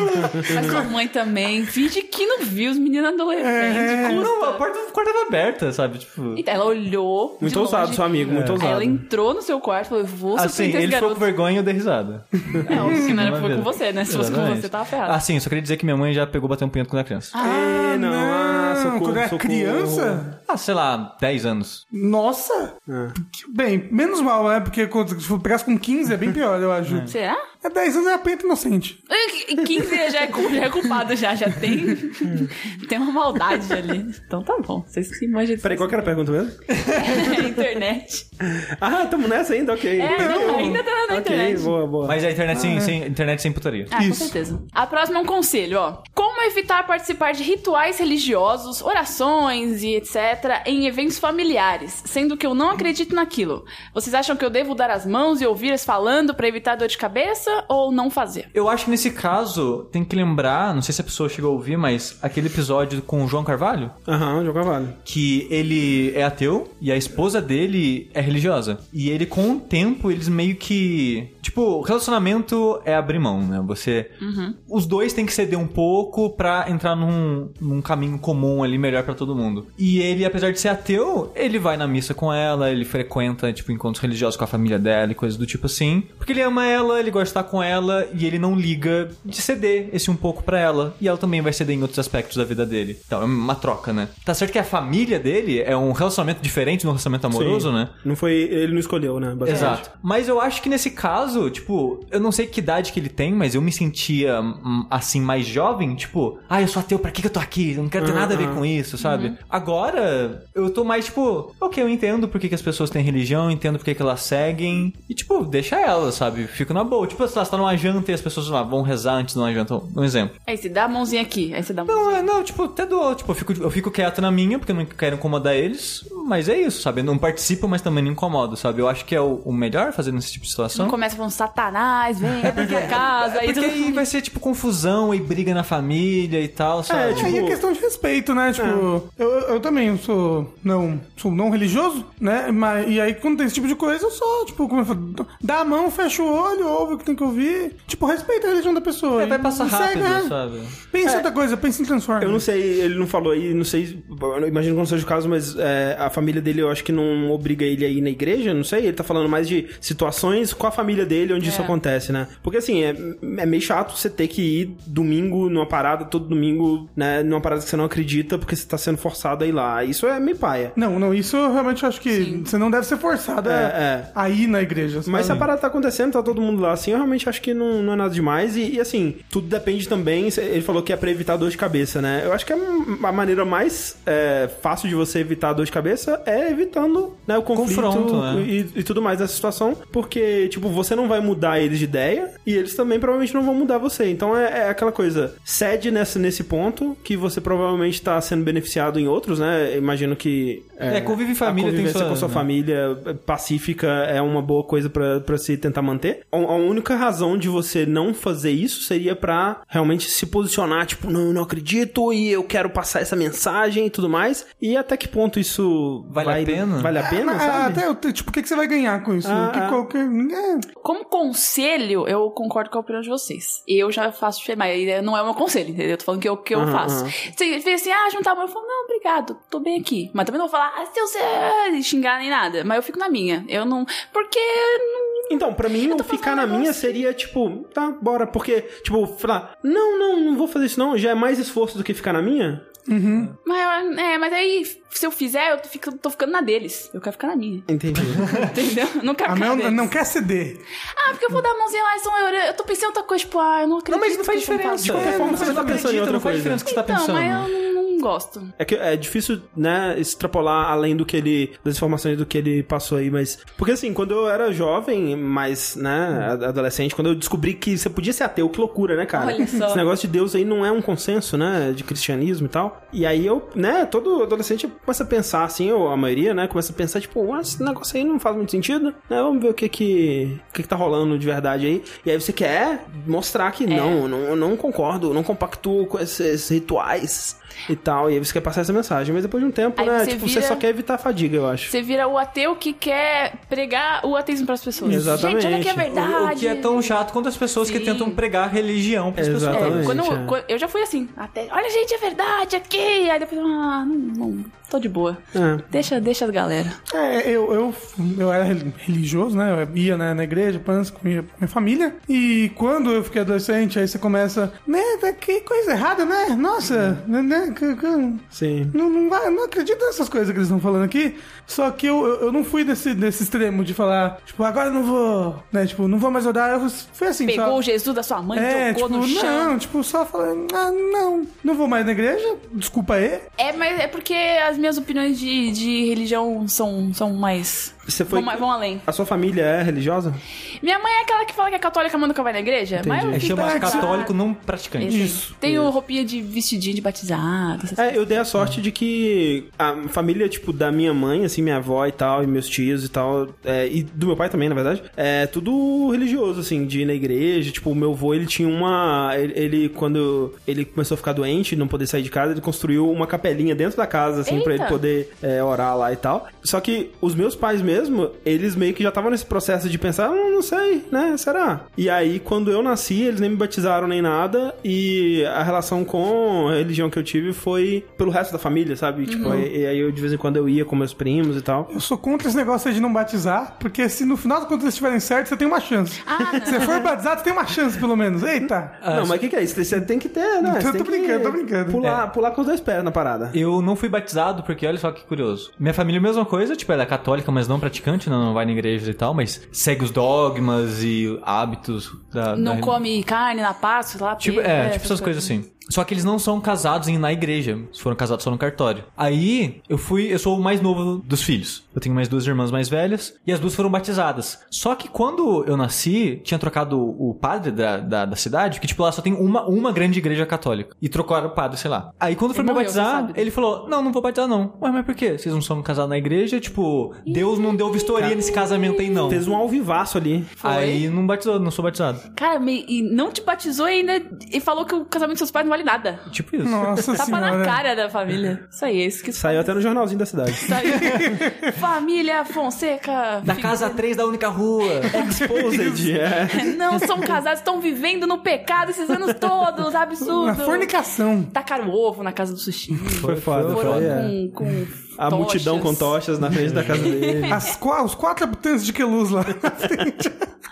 Speaker 1: Mas sua mãe também. Finge que não viu os meninos adolescentes. custa.
Speaker 3: É. Não, a porta do quarto tava aberta, sabe? Tipo.
Speaker 1: É. Então, ela olhou. de longe.
Speaker 2: Muito
Speaker 1: É.
Speaker 2: ousado, é seu amigo, muito
Speaker 1: Aí
Speaker 2: ousado.
Speaker 1: ela entrou no seu quarto e falou: eu vou
Speaker 3: Assim,
Speaker 1: surpreender
Speaker 3: ele
Speaker 1: esse
Speaker 3: ficou
Speaker 1: garoto.
Speaker 3: com vergonha e eu dei risada.
Speaker 1: Não, porque não era
Speaker 3: Uma
Speaker 1: foi com
Speaker 3: vez.
Speaker 1: você, né? Se fosse com
Speaker 3: Exatamente.
Speaker 1: você, tava ferrado.
Speaker 3: Ah, sim, só queria dizer que minha mãe já pegou bater um punhado quando era criança.
Speaker 2: É, não, ah, socorro,
Speaker 4: quando era
Speaker 2: socorro.
Speaker 4: criança?
Speaker 3: Ah, sei lá, 10 anos.
Speaker 4: Nossa!
Speaker 2: Ah.
Speaker 4: Que- Bem, menos mal, né? Porque quando, se pegasse com 15 é bem pior, eu acho.
Speaker 1: Será?
Speaker 4: É 10 anos é apanha inocente.
Speaker 1: Ai, 15 já é, cu- já é culpado, já, já tem. tem uma maldade ali. Então tá bom, vocês se imaginam.
Speaker 2: Peraí, qual que era a pergunta mesmo?
Speaker 1: é a internet.
Speaker 2: Ah, tamo nessa ainda? Ok.
Speaker 1: É, não, ainda tá na
Speaker 2: ok,
Speaker 1: internet.
Speaker 2: boa, boa.
Speaker 3: Mas a internet sem, sem- internet sem putaria.
Speaker 1: é. Ah, com certeza. A próxima é um conselho, ó. Como evitar participar de rituais religiosos, orações e etc. em eventos familiares, sendo que eu não acredito naquilo. Vocês acham que eu devo dar as mãos e ouvir as falando pra evitar dor de cabeça ou não fazer?
Speaker 3: Eu acho que nesse caso tem que lembrar, não sei se a pessoa chegou a ouvir, mas aquele episódio com o João Carvalho,
Speaker 2: Aham, é João Carvalho.
Speaker 3: que ele é ateu e a esposa dele é religiosa. E ele, com o tempo, eles meio que. Tipo, relacionamento é abrir mão, né? Você. Os dois têm que ceder um pouco pra entrar num, num caminho comum ali melhor pra todo mundo. E ele, apesar de ser ateu, Tipo, ele vai na missa com ela, ele frequenta, tipo, encontros religiosos com a família dela e coisas do tipo assim. Porque ele ama ela, ele gosta de estar com ela e ele não liga de ceder esse um pouco pra ela. E ela também vai ceder em outros aspectos da vida dele. Então é uma troca, né? Tá certo que a família dele é um relacionamento diferente do relacionamento amoroso,
Speaker 2: Sim.
Speaker 3: né?
Speaker 2: Não foi... Ele não escolheu, né? basicamente.
Speaker 3: Exato. Mas eu acho que nesse caso, tipo, eu não sei que idade que ele tem, mas eu me sentia hum, assim mais jovem, tipo, ah, eu sou ateu, pra que que eu tô aqui? Eu não quero ter nada a ver com isso, sabe? Agora, eu tô mais tipo, ok, eu entendo por que, que as pessoas têm religião, eu entendo por que, que elas seguem, e tipo, deixa elas, sabe? Fico na boa. Tipo, se elas tá numa janta e as pessoas sei lá, vão rezar antes de uma janta, um exemplo.
Speaker 1: Aí você dá a mãozinha aqui, aí você dá um a mãozinha.
Speaker 3: Não, é, não, tipo, até dou. Tipo, eu fico, eu fico quieto na minha, porque eu não quero incomodar eles. Mas é isso, sabe? Eu não participo, mas também não incomodo, sabe? Eu acho que é o, o melhor fazer nesse tipo de
Speaker 1: Não
Speaker 3: situação.
Speaker 1: começa falando satanás, vem, é pra casa, aí né?
Speaker 3: Porque
Speaker 1: todo
Speaker 3: aí vai ser, tipo, confusão e briga na família e tal, sabe?
Speaker 2: É, tipo- É.
Speaker 4: Aí é questão de respeito, né? Tipo, eu, eu também sou não, sou não religioso, né? Mas, e aí, quando tem esse tipo de coisa, eu sou, tipo, como eu falo, dá a mão, fecha o olho, ouve o que tem que ouvir. Tipo, respeita a religião da pessoa.
Speaker 3: É, vai passar
Speaker 4: E segue,
Speaker 3: rápido,
Speaker 4: né?
Speaker 3: sabe?
Speaker 4: Pensa em outra coisa, pensa em transforma.
Speaker 2: É. Eu não sei, ele não falou aí, não sei, eu imagino que não seja o caso, mas é, a família dele eu acho que não obriga ele a ir na igreja, não sei, ele tá falando mais de situações com a família dele onde
Speaker 1: É.
Speaker 2: isso acontece, né? Porque assim, é, é meio chato você ter que ir domingo numa parada, todo domingo, né, numa parada que você não acredita porque você tá sendo forçado a ir lá. Isso é meio paia.
Speaker 4: Não, não, isso eu realmente acho que você não deve ser forçado
Speaker 2: É,
Speaker 4: a a ir na igreja.
Speaker 2: Mas se a
Speaker 4: sabe?
Speaker 2: parada tá acontecendo, tá todo mundo lá assim, eu realmente acho que não, não é nada demais. E, e, assim, tudo depende também. cê- Ele falou que é pra evitar dor de cabeça, né? Eu acho que a, m- a maneira mais é, fácil de você evitar dor de cabeça é evitando né, o conflito
Speaker 3: Confronto, né?
Speaker 2: e, e tudo mais dessa situação. Porque, tipo, você não vai mudar eles de ideia e eles também provavelmente não vão mudar você. Então é, é aquela coisa, cede nessa, nesse ponto que você provavelmente tá sendo beneficiado em outros, né? Imagino que.
Speaker 3: É, convive em família
Speaker 2: a
Speaker 3: tem
Speaker 2: convivência
Speaker 3: sua-
Speaker 2: com sua
Speaker 3: né?
Speaker 2: família família pacífica é uma boa coisa pra pra se tentar manter. A a única razão de você não fazer isso seria pra realmente se posicionar, tipo, não, eu não acredito e eu quero passar essa mensagem e tudo mais. E até que ponto isso
Speaker 3: tipo, vale a pena?
Speaker 2: Vale a pena,
Speaker 4: Ah,
Speaker 2: sabe?
Speaker 4: até eu, tipo, o que, que você vai ganhar com isso?
Speaker 2: Ah,
Speaker 4: que,
Speaker 2: ah.
Speaker 4: qual que- é.
Speaker 1: Como conselho, eu concordo com a opinião de vocês. Eu já faço fê- mas aí não é o meu conselho, entendeu? Eu tô falando que é o que eu
Speaker 3: Uhum,
Speaker 2: Aham,
Speaker 1: faço.
Speaker 2: aham.
Speaker 1: Você vê assim, ah, juntar amor. Eu falo, não, obrigado, tô bem aqui. Mas também não vou falar, ah, seu Zé, e xingar nem nada. Mas eu fico na minha. Eu não. Porque. não-
Speaker 2: Então, pra mim,
Speaker 1: tô
Speaker 2: o ficar
Speaker 1: fazendo
Speaker 2: na
Speaker 1: um
Speaker 2: minha
Speaker 1: negócio.
Speaker 2: seria tipo, tá, bora. Porque, tipo, falar, não, não, não vou fazer isso não, já é mais esforço do que ficar na minha.
Speaker 4: Uhum.
Speaker 1: Mas, é, mas aí, se eu fizer, eu fico- tô ficando na deles. Eu quero ficar na minha.
Speaker 2: Entendi.
Speaker 1: Entendeu? Eu
Speaker 2: É,
Speaker 1: Não quero
Speaker 4: A
Speaker 1: ficar na
Speaker 4: Mel
Speaker 1: deles.
Speaker 4: não quer ceder.
Speaker 1: Ah, porque eu vou dar a mãozinha lá, eles são eu, eu tô pensando em outra coisa, tipo, ah, eu não acredito.
Speaker 3: Não, mas não faz
Speaker 1: que eu tô
Speaker 3: diferença.
Speaker 1: fazendo.
Speaker 2: qualquer forma, você
Speaker 3: É, não
Speaker 2: tá pensando em
Speaker 3: acredita,
Speaker 2: outra
Speaker 3: Não faz
Speaker 2: coisa.
Speaker 3: diferença o que você tá
Speaker 1: Então,
Speaker 3: pensando.
Speaker 1: mas eu não, não gosto.
Speaker 2: É que é difícil, né, extrapolar além do que ele, das informações do que ele passou aí, mas... Porque assim, quando eu era jovem, mas, né, a- adolescente, quando eu descobri que você podia ser ateu, que loucura, né, cara?
Speaker 1: Olha só.
Speaker 2: Esse negócio de Deus aí não é um consenso, né, de cristianismo e tal. E aí eu, né, todo adolescente começa a pensar assim, ou a maioria, né, começa a pensar, tipo, "Ué, esse negócio aí não faz muito sentido, né, vamos ver o que que, o que, que tá rolando de verdade aí. E aí você quer mostrar
Speaker 1: É.
Speaker 2: que não, não, eu não concordo, não compactuo com esses rituais e tal, e aí você quer passar essa mensagem, mas depois de um tempo,
Speaker 1: Aí
Speaker 2: né,
Speaker 1: você
Speaker 2: tipo,
Speaker 1: vira-
Speaker 2: você só quer evitar a fadiga, eu acho.
Speaker 1: Você vira o ateu que quer pregar o ateísmo pras pessoas.
Speaker 2: Exatamente.
Speaker 1: Gente, olha que é
Speaker 2: O- o que
Speaker 1: verdade.
Speaker 3: O que é tão chato quanto as pessoas que
Speaker 1: Sim.
Speaker 3: tentam pregar religião pras pessoas.
Speaker 1: É,
Speaker 2: Exatamente,
Speaker 1: quando,
Speaker 2: é.
Speaker 1: quando- eu já fui assim, até, olha gente, é verdade, aqui. Aí depois, ah, não, não, tô de boa.
Speaker 2: É.
Speaker 1: Deixa, deixa as galera.
Speaker 4: É, eu, eu, eu era rel- religioso, né? Eu ia né, na igreja, pança, com minha, minha família. E quando eu fiquei adolescente, aí você começa, né? Que coisa errada, né? Nossa, né? né, que- que-
Speaker 2: Sim.
Speaker 4: Não, não, vai- não acredito nessas coisas que eles estão falando aqui. Só que eu, eu, eu não fui nesse, nesse extremo de falar, tipo, agora eu não vou, né? Tipo, não vou mais orar. Eu fui assim,
Speaker 1: Pegou
Speaker 4: só.
Speaker 1: o Jesus da sua mãe,
Speaker 4: É,
Speaker 1: jogou
Speaker 4: tipo,
Speaker 1: no chão.
Speaker 4: não, tipo, só falando, ah, não, não vou mais na igreja, desculpa aí.
Speaker 1: É, mas é porque as minhas opiniões de, de religião são, são mais.
Speaker 2: Você foi...
Speaker 1: Vão, mais- vão além.
Speaker 2: A sua família é religiosa?
Speaker 1: Minha mãe é aquela que fala que é católica, mas nunca vai na igreja. Mas eu
Speaker 2: Entendi.
Speaker 3: É
Speaker 1: fico
Speaker 3: chamado
Speaker 1: lá.
Speaker 3: católico não praticante.
Speaker 4: Isso.
Speaker 1: Tenho roupinha de vestidinho de batizado. essas
Speaker 2: É, eu dei a sorte de que a família, tipo, da minha mãe, assim, minha avó e tal, e meus tios e tal, é, e do meu pai também, na verdade, é tudo religioso, assim, de ir na igreja. Tipo, o meu avô, ele tinha uma. Ele, ele, quando ele começou a ficar doente, não poder sair de casa, ele construiu uma capelinha dentro da casa, assim, pra
Speaker 1: Eita!
Speaker 2: ele poder é, orar lá e tal. Só que os meus pais mesmo, eles meio que já estavam nesse processo de pensar, "Hum, não sei, né? Será? E aí, quando eu nasci, eles nem me batizaram nem nada, e a relação com a religião que eu tive foi pelo resto da família, sabe? Tipo, e, e aí eu de vez em quando eu ia com meus primos e tal.
Speaker 4: Eu sou contra esse negócio aí de não batizar, porque se no final das contas eles estiverem certos, você tem uma chance.
Speaker 1: Ah, não.
Speaker 4: se você for batizado, você tem uma chance, pelo menos. Eita!
Speaker 3: Ah,
Speaker 2: não, mas o que, que é isso? Você tem que ter, né?
Speaker 4: Tô-
Speaker 2: Você
Speaker 4: tô
Speaker 2: tem que
Speaker 4: brincando, tô brincando.
Speaker 2: Pular, pular com os dois pés na parada.
Speaker 3: Eu não fui batizado porque olha só que curioso. Minha família, mesma coisa, tipo, ela é católica, mas não praticante, não, não vai na igreja e tal, mas segue os dogmas e hábitos da.
Speaker 1: Não
Speaker 3: da-
Speaker 1: come carne na Páscoa, lá
Speaker 3: Tipo,
Speaker 1: pega,
Speaker 3: é, tipo essas coisas assim. Só que eles não são casados em- na igreja, eles foram casados só no cartório. Aí, eu fui, eu sou o mais novo dos filhos. Eu tenho mais duas irmãs mais velhas e as duas foram batizadas. Só que quando eu nasci, tinha trocado o padre da, da, da cidade, que tipo lá só tem uma, uma grande igreja católica. E trocaram o padre, sei lá. Aí quando foi me
Speaker 1: morreu, você
Speaker 3: batizar,
Speaker 1: sabe, né?
Speaker 3: ele falou: Não, não vou batizar não. Ué, mas por quê? Vocês não são casados na igreja? Tipo, Deus não deu vistoria nesse casamento aí não.
Speaker 2: Fez um alvivaço ali.
Speaker 3: Aí não batizou, não sou batizado.
Speaker 1: Cara, me- e não te batizou e ainda e falou que o casamento dos seus pais não vale nada.
Speaker 3: Tipo isso.
Speaker 4: Nossa
Speaker 1: Tapa na Tá
Speaker 4: senhora.
Speaker 1: cara é da família. Isso aí, é isso que
Speaker 2: Saiu até no jornalzinho da cidade.
Speaker 1: saiu. família Fonseca.
Speaker 3: Da casa 3 da única rua.
Speaker 2: Exposed, é.
Speaker 1: Não são casados, estão vivendo no pecado esses anos todos.
Speaker 4: Uma
Speaker 1: Absurdo.
Speaker 4: fornicação.
Speaker 1: Tacaram ovo na casa do sushi.
Speaker 2: Foi foda,
Speaker 1: Foram
Speaker 2: foi, é.
Speaker 1: com, com
Speaker 2: A multidão com
Speaker 1: tochas.
Speaker 2: tochas na frente da casa dele.
Speaker 4: As qua- os quatro habitantes de Queluz lá.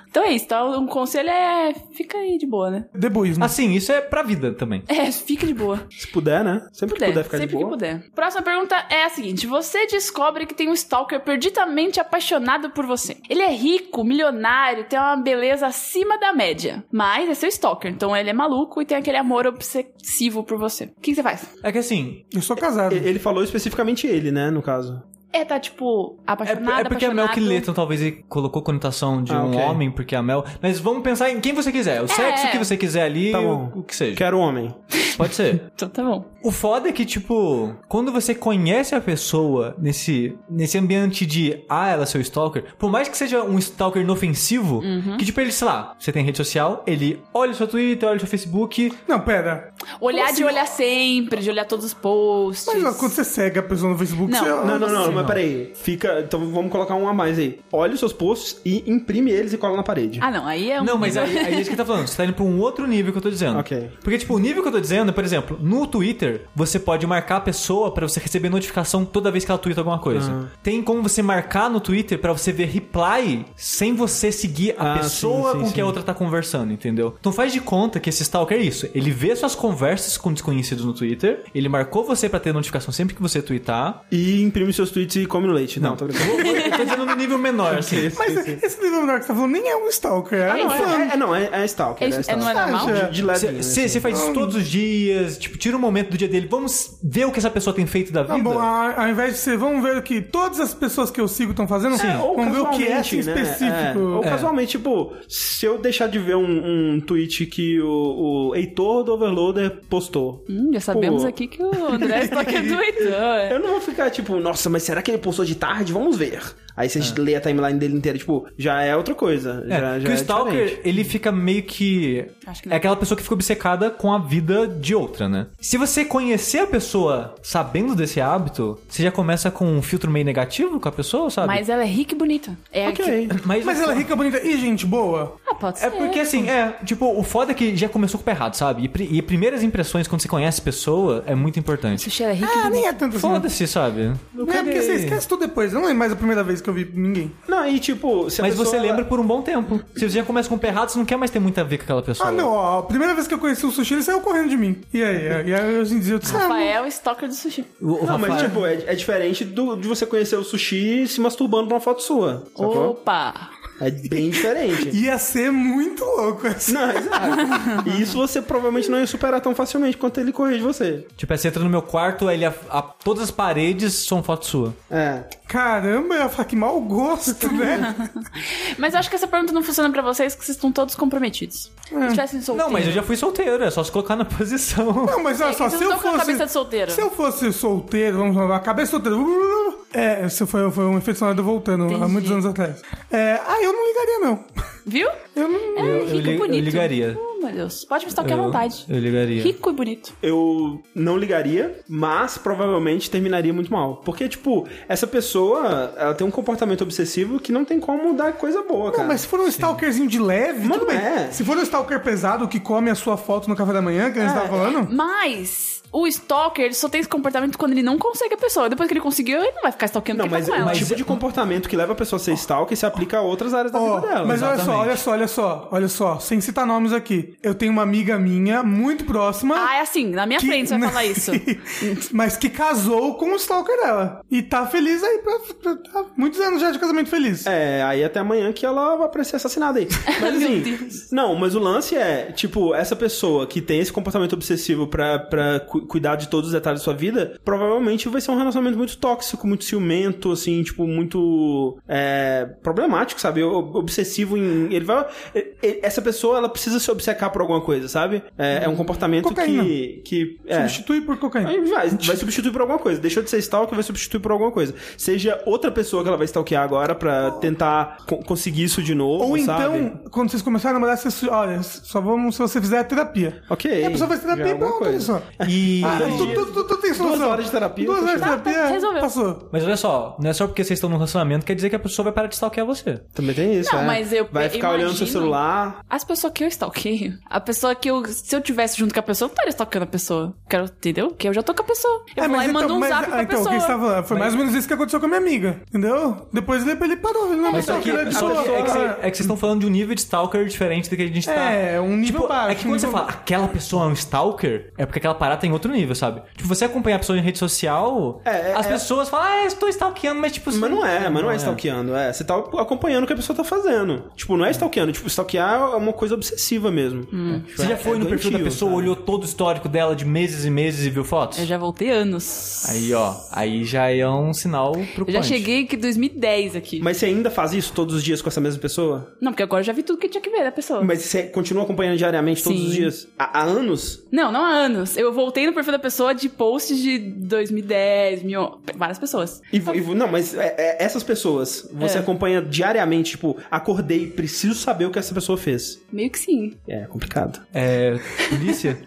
Speaker 1: Então é isso, então, um conselho é fica aí de boa, né?
Speaker 2: Hum.
Speaker 4: Deboísmo.
Speaker 3: Assim, isso é pra vida também.
Speaker 1: É, fica de boa.
Speaker 2: Se puder, né? Sempre que puder ficar
Speaker 1: sempre
Speaker 2: de boa.
Speaker 1: que puder. Próxima pergunta é a seguinte: você descobre que tem um stalker perdidamente apaixonado por você. Ele é rico, milionário, tem uma beleza acima da média, mas é seu stalker, então ele é maluco e tem aquele amor obsessivo por você. O que, que você faz?
Speaker 3: É que assim.
Speaker 4: Eu sou casado.
Speaker 2: E- Ele falou especificamente ele, né, no caso.
Speaker 1: É, tá tipo
Speaker 3: É,
Speaker 1: apaixonado,
Speaker 3: é porque a Mel
Speaker 1: apaixonado.
Speaker 3: que Leton talvez ele colocou conotação de
Speaker 2: Ah,
Speaker 3: um
Speaker 2: ok.
Speaker 3: homem, porque a Mel. Mas vamos pensar
Speaker 1: É.
Speaker 3: em quem você quiser. O sexo que você quiser ali,
Speaker 2: Tá
Speaker 3: o-
Speaker 2: bom.
Speaker 3: o que seja.
Speaker 2: Quero homem.
Speaker 3: Pode ser.
Speaker 1: Então tá bom.
Speaker 3: O foda é que, tipo, quando você conhece a pessoa nesse, nesse ambiente de, ah, ela é seu stalker, por mais que seja um stalker inofensivo,
Speaker 1: Uhum.
Speaker 3: que, tipo, ele, sei lá, você tem rede social, ele olha o seu Twitter, olha o seu Facebook,
Speaker 4: Não, pera.
Speaker 1: Olhar de olhar sempre, de olhar todos os posts.
Speaker 4: Mas ó, quando você segue a pessoa no Facebook,
Speaker 1: Não.
Speaker 4: você.
Speaker 2: Não, não, não,
Speaker 3: Assim,
Speaker 2: mas
Speaker 3: não.
Speaker 2: peraí. Fica. Então vamos colocar um a mais aí. Olha os seus posts e imprime eles e cola na parede.
Speaker 1: Ah, não, aí é um.
Speaker 3: Não, mas aí, aí é isso que tá falando. Você tá indo pra um outro nível que eu tô dizendo.
Speaker 2: Ok.
Speaker 3: Porque, tipo, o nível que eu tô dizendo, é, por exemplo, no Twitter, você pode marcar a pessoa pra você receber notificação toda vez que ela twitta alguma coisa.
Speaker 2: Ah.
Speaker 3: Tem como você marcar no Twitter pra você ver reply sem você seguir a
Speaker 2: Ah,
Speaker 3: pessoa
Speaker 2: sim, sim,
Speaker 3: com que a
Speaker 2: sim.
Speaker 3: outra tá conversando, entendeu? Então faz de conta que esse stalker é isso. Ele vê suas conversas com desconhecidos no Twitter, ele marcou você pra ter notificação sempre que você twittar.
Speaker 2: E imprime seus tweets e come no leite. Não, tá brincando.
Speaker 3: Eu tô dizendo no nível menor, assim.
Speaker 4: Mas esse nível menor que você tá falando nem é um stalker, é
Speaker 1: Ah,
Speaker 4: um
Speaker 1: não,
Speaker 4: fã.
Speaker 2: É, é, não, é, é stalker.
Speaker 1: É isso- é-
Speaker 2: stalker.
Speaker 1: não é normal?
Speaker 2: De, de leve. né, assim.
Speaker 3: Você faz isso todos os dias, tipo, tira um momento do dia dele, vamos ver o que essa pessoa tem feito da vida.
Speaker 4: Não, tá bom, a- ao invés de você, vamos ver o que todas as pessoas que eu sigo estão fazendo,
Speaker 2: É, ou
Speaker 4: vamos ver o que é
Speaker 2: casualmente,
Speaker 4: assim,
Speaker 2: né?
Speaker 4: específico.
Speaker 2: É, Ou casualmente, tipo, se eu deixar de ver um, um tweet que o, o Heitor do Overloader postou.
Speaker 1: Hum, já sabemos
Speaker 2: Pô.
Speaker 1: aqui que o André é Stalker é. do Heitor.
Speaker 2: Eu não vou ficar tipo, nossa, mas será que ele postou de tarde? Vamos ver. Aí você lê a timeline dele inteira, tipo, já é outra coisa.
Speaker 3: É,
Speaker 2: já, já
Speaker 3: que o
Speaker 2: é
Speaker 3: Stalker,
Speaker 2: diferente.
Speaker 3: ele fica meio que.
Speaker 1: Acho que não.
Speaker 3: é aquela pessoa que fica obcecada com a vida de outra, né? Se você conhecer a pessoa sabendo desse hábito, você já começa com um filtro meio negativo com a pessoa, sabe?
Speaker 1: Mas ela é rica e bonita. É que-
Speaker 2: Ok.
Speaker 3: Mas, assim,
Speaker 4: Mas ela é rica, bonita e gente boa.
Speaker 1: Ah, pode ser.
Speaker 3: É porque assim, é, tipo, o foda é que já começou com o pé errado, sabe? E, pri- e primeiras impressões quando você conhece a pessoa é muito importante.
Speaker 1: Sushi, ela é rica e
Speaker 4: Ah,
Speaker 1: bonita.
Speaker 4: nem é tanto assim.
Speaker 3: Foda-se, sabe?
Speaker 4: Não
Speaker 1: Né,
Speaker 4: é porque você esquece tudo depois. Eu Não é mais a primeira vez que eu vi ninguém.
Speaker 2: Não, e tipo, se a
Speaker 3: Mas
Speaker 2: pessoa-
Speaker 3: você lembra por um bom tempo. Se você já começa com o pé errado, você não quer mais ter muito a ver com aquela pessoa.
Speaker 4: Ah, não, ó. A primeira vez que eu conheci o sushi, ele saiu correndo de mim. E aí? E aí hoje em dia eu disse, ah,
Speaker 1: Rafael, stalker do sushi.
Speaker 3: O, o
Speaker 2: Não, mas
Speaker 3: Rafael-
Speaker 2: tipo, é, é diferente do, de você conhecer o sushi se masturbando pra uma foto sua. Sacou?
Speaker 1: Opa!
Speaker 2: É bem
Speaker 4: não,
Speaker 2: diferente.
Speaker 4: ia ser muito louco essa.
Speaker 2: Não, exato. E isso você provavelmente não ia superar tão facilmente quanto ele corrige você.
Speaker 3: Tipo, aí você entra no meu quarto, aí ele a- a- todas as paredes são foto sua.
Speaker 2: É.
Speaker 4: Caramba, eu ia falar que mau gosto, né?
Speaker 1: Mas eu acho que essa pergunta não funciona pra vocês, que vocês estão todos comprometidos. Se tivessem solteiro.
Speaker 3: É. Não, mas eu já fui solteiro, é só se colocar na posição.
Speaker 4: Não, mas olha
Speaker 1: É,
Speaker 4: só,
Speaker 1: então
Speaker 4: se eu
Speaker 1: tô com a
Speaker 4: fosse.
Speaker 1: cabeça de solteiro.
Speaker 4: Se eu fosse solteiro, vamos lá, a cabeça solteira. É, isso foi, foi um efeito sonoro voltando há
Speaker 1: Entendi.
Speaker 4: muitos anos atrás. É, ah, eu não ligaria, não.
Speaker 1: Viu?
Speaker 4: Eu não.
Speaker 1: É,
Speaker 3: eu
Speaker 1: rico
Speaker 3: li-
Speaker 1: e
Speaker 3: eu
Speaker 1: bonito.
Speaker 3: ligaria.
Speaker 1: Oh, meu Deus. Pode me stalkear à
Speaker 3: Eu-
Speaker 1: vontade.
Speaker 3: eu ligaria.
Speaker 1: Rico e bonito.
Speaker 2: Eu não ligaria, mas provavelmente terminaria muito mal. Porque, tipo, essa pessoa, ela tem um comportamento obsessivo que não tem como dar coisa boa,
Speaker 1: É.
Speaker 2: cara.
Speaker 4: Não, mas se for um stalkerzinho de leve,
Speaker 2: Mas
Speaker 4: tudo
Speaker 2: não
Speaker 4: bem.
Speaker 2: é.
Speaker 4: Se for um stalker pesado que come a sua foto no café da manhã,
Speaker 1: É.
Speaker 4: que a gente tava falando.
Speaker 1: Mas o stalker ele só tem esse comportamento quando ele não consegue a pessoa. Depois que ele conseguiu, ele não vai ficar stalkeando
Speaker 2: Não,
Speaker 1: quem tá
Speaker 2: mas
Speaker 1: com
Speaker 2: o
Speaker 1: ela.
Speaker 2: tipo de comportamento que leva a pessoa a ser stalker se aplica a outras áreas da
Speaker 4: Ó,
Speaker 2: vida dela.
Speaker 4: mas olha só,
Speaker 3: exatamente.
Speaker 4: olha só, olha só, olha só, sem citar nomes aqui. Eu tenho uma amiga minha, muito próxima.
Speaker 1: Ah, é assim, na minha
Speaker 4: que-
Speaker 1: frente você vai falar isso.
Speaker 4: mas que casou com o stalker dela. E tá feliz aí, pra, pra- tá muitos anos já de casamento feliz.
Speaker 2: É, aí até amanhã que ela vai ser assassinada aí. Mas
Speaker 1: Meu
Speaker 2: assim,
Speaker 1: Deus.
Speaker 2: não, mas o lance é, tipo, essa pessoa que tem esse comportamento obsessivo pra, pra cu- cuidar de todos os detalhes da sua vida, provavelmente vai ser um relacionamento muito tóxico, muito ciumento, assim, tipo, muito é, problemático, sabe? Ob- Obsessivo em... Ele vai... e- e- Essa pessoa, ela precisa se obcecar por alguma coisa, sabe? É, é um comportamento
Speaker 4: Cocaína.
Speaker 2: que... que é.
Speaker 4: Substitui por cocaína.
Speaker 2: Aí Vai, vai substituir por alguma coisa. Deixou de ser stalker, vai substituir por alguma coisa. Seja outra pessoa que ela vai stalkear agora pra tentar co- conseguir isso de novo,
Speaker 4: Ou
Speaker 2: sabe?
Speaker 4: então, quando vocês começarem a namorar, vocês, su- olha, só vamos se você fizer a terapia.
Speaker 2: Ok.
Speaker 4: E a pessoa faz
Speaker 2: já
Speaker 4: terapia
Speaker 2: é
Speaker 4: e
Speaker 2: alguma
Speaker 4: pronto, olha
Speaker 2: coisa.
Speaker 4: só.
Speaker 3: E.
Speaker 4: Ah, tudo, tudo, tudo, tudo tem solução.
Speaker 2: horas de terapia,
Speaker 4: Duas
Speaker 2: tá
Speaker 4: horas de
Speaker 1: chato.
Speaker 4: terapia,
Speaker 1: Tá, resolveu.
Speaker 4: passou.
Speaker 3: Mas olha só, não é só porque vocês estão num relacionamento quer dizer que a pessoa vai parar de stalkear você.
Speaker 2: Também tem isso,
Speaker 1: Não,
Speaker 2: é.
Speaker 1: mas eu
Speaker 2: Vai ficar olhando seu
Speaker 1: imagino-
Speaker 2: celular.
Speaker 1: As pessoas que eu stalkeio, a pessoa que eu. Se eu tivesse junto com a pessoa, eu não estaria stalkeando a pessoa. Quero, entendeu? Porque eu já tô com a pessoa. Eu
Speaker 4: É,
Speaker 1: vou lá e mando um
Speaker 4: mas-
Speaker 1: zap pra
Speaker 4: ah, então, o
Speaker 1: pessoa.
Speaker 4: que você tava falando? Foi mais ou menos isso que aconteceu com a minha amiga, entendeu? Depois ele, ele parou, ele não
Speaker 3: Mas só
Speaker 4: mostrou
Speaker 3: que,
Speaker 4: que ele era de
Speaker 3: só que é, que cê- é que
Speaker 4: boa.
Speaker 3: vocês estão falando de um nível de stalker diferente do que a gente tá.
Speaker 4: É, um nível
Speaker 3: tipo,
Speaker 4: baixo,
Speaker 3: É que
Speaker 4: um
Speaker 3: quando você
Speaker 4: nível
Speaker 3: fala, aquela pessoa é um stalker, é porque aquela parada tem outro nível, sabe? Tipo, você acompanha a pessoa em rede social,
Speaker 2: É, é,
Speaker 3: as
Speaker 2: é.
Speaker 3: pessoas falam, ah, eu estou stalkeando, mas tipo.
Speaker 2: Mas não é, mas não é stalkeando, é. Você tá acompanhando o que a pessoa tá fazendo. Tipo, não é stalkeando. Tipo, stalkear é uma coisa obsessiva mesmo.
Speaker 1: Hum.
Speaker 2: Tipo,
Speaker 3: Você já
Speaker 2: é-
Speaker 3: foi
Speaker 2: é
Speaker 3: no perfil da
Speaker 2: doentio,
Speaker 3: pessoa,
Speaker 2: sabe?
Speaker 3: olhou todo o histórico dela de meses e meses e viu fotos?
Speaker 1: Eu já voltei anos.
Speaker 3: Aí, ó, aí já é um sinal pro
Speaker 1: Eu já cheguei que 2010 aqui.
Speaker 2: Mas você ainda faz isso todos os dias com essa mesma pessoa?
Speaker 1: Não, porque agora eu já vi tudo que tinha que ver da pessoa.
Speaker 2: Mas você continua acompanhando diariamente todos
Speaker 1: Sim.
Speaker 2: os dias? Há, há anos?
Speaker 1: Não, não há anos. Eu voltei no perfil da pessoa de posts de 2010, mil, várias pessoas.
Speaker 2: E, vo- e vo- não, mas é- é- essas pessoas, você
Speaker 1: É.
Speaker 2: acompanha diariamente, tipo, acordei, preciso saber o que essa pessoa fez.
Speaker 1: Meio que sim.
Speaker 2: É complicado.
Speaker 3: É. Polícia?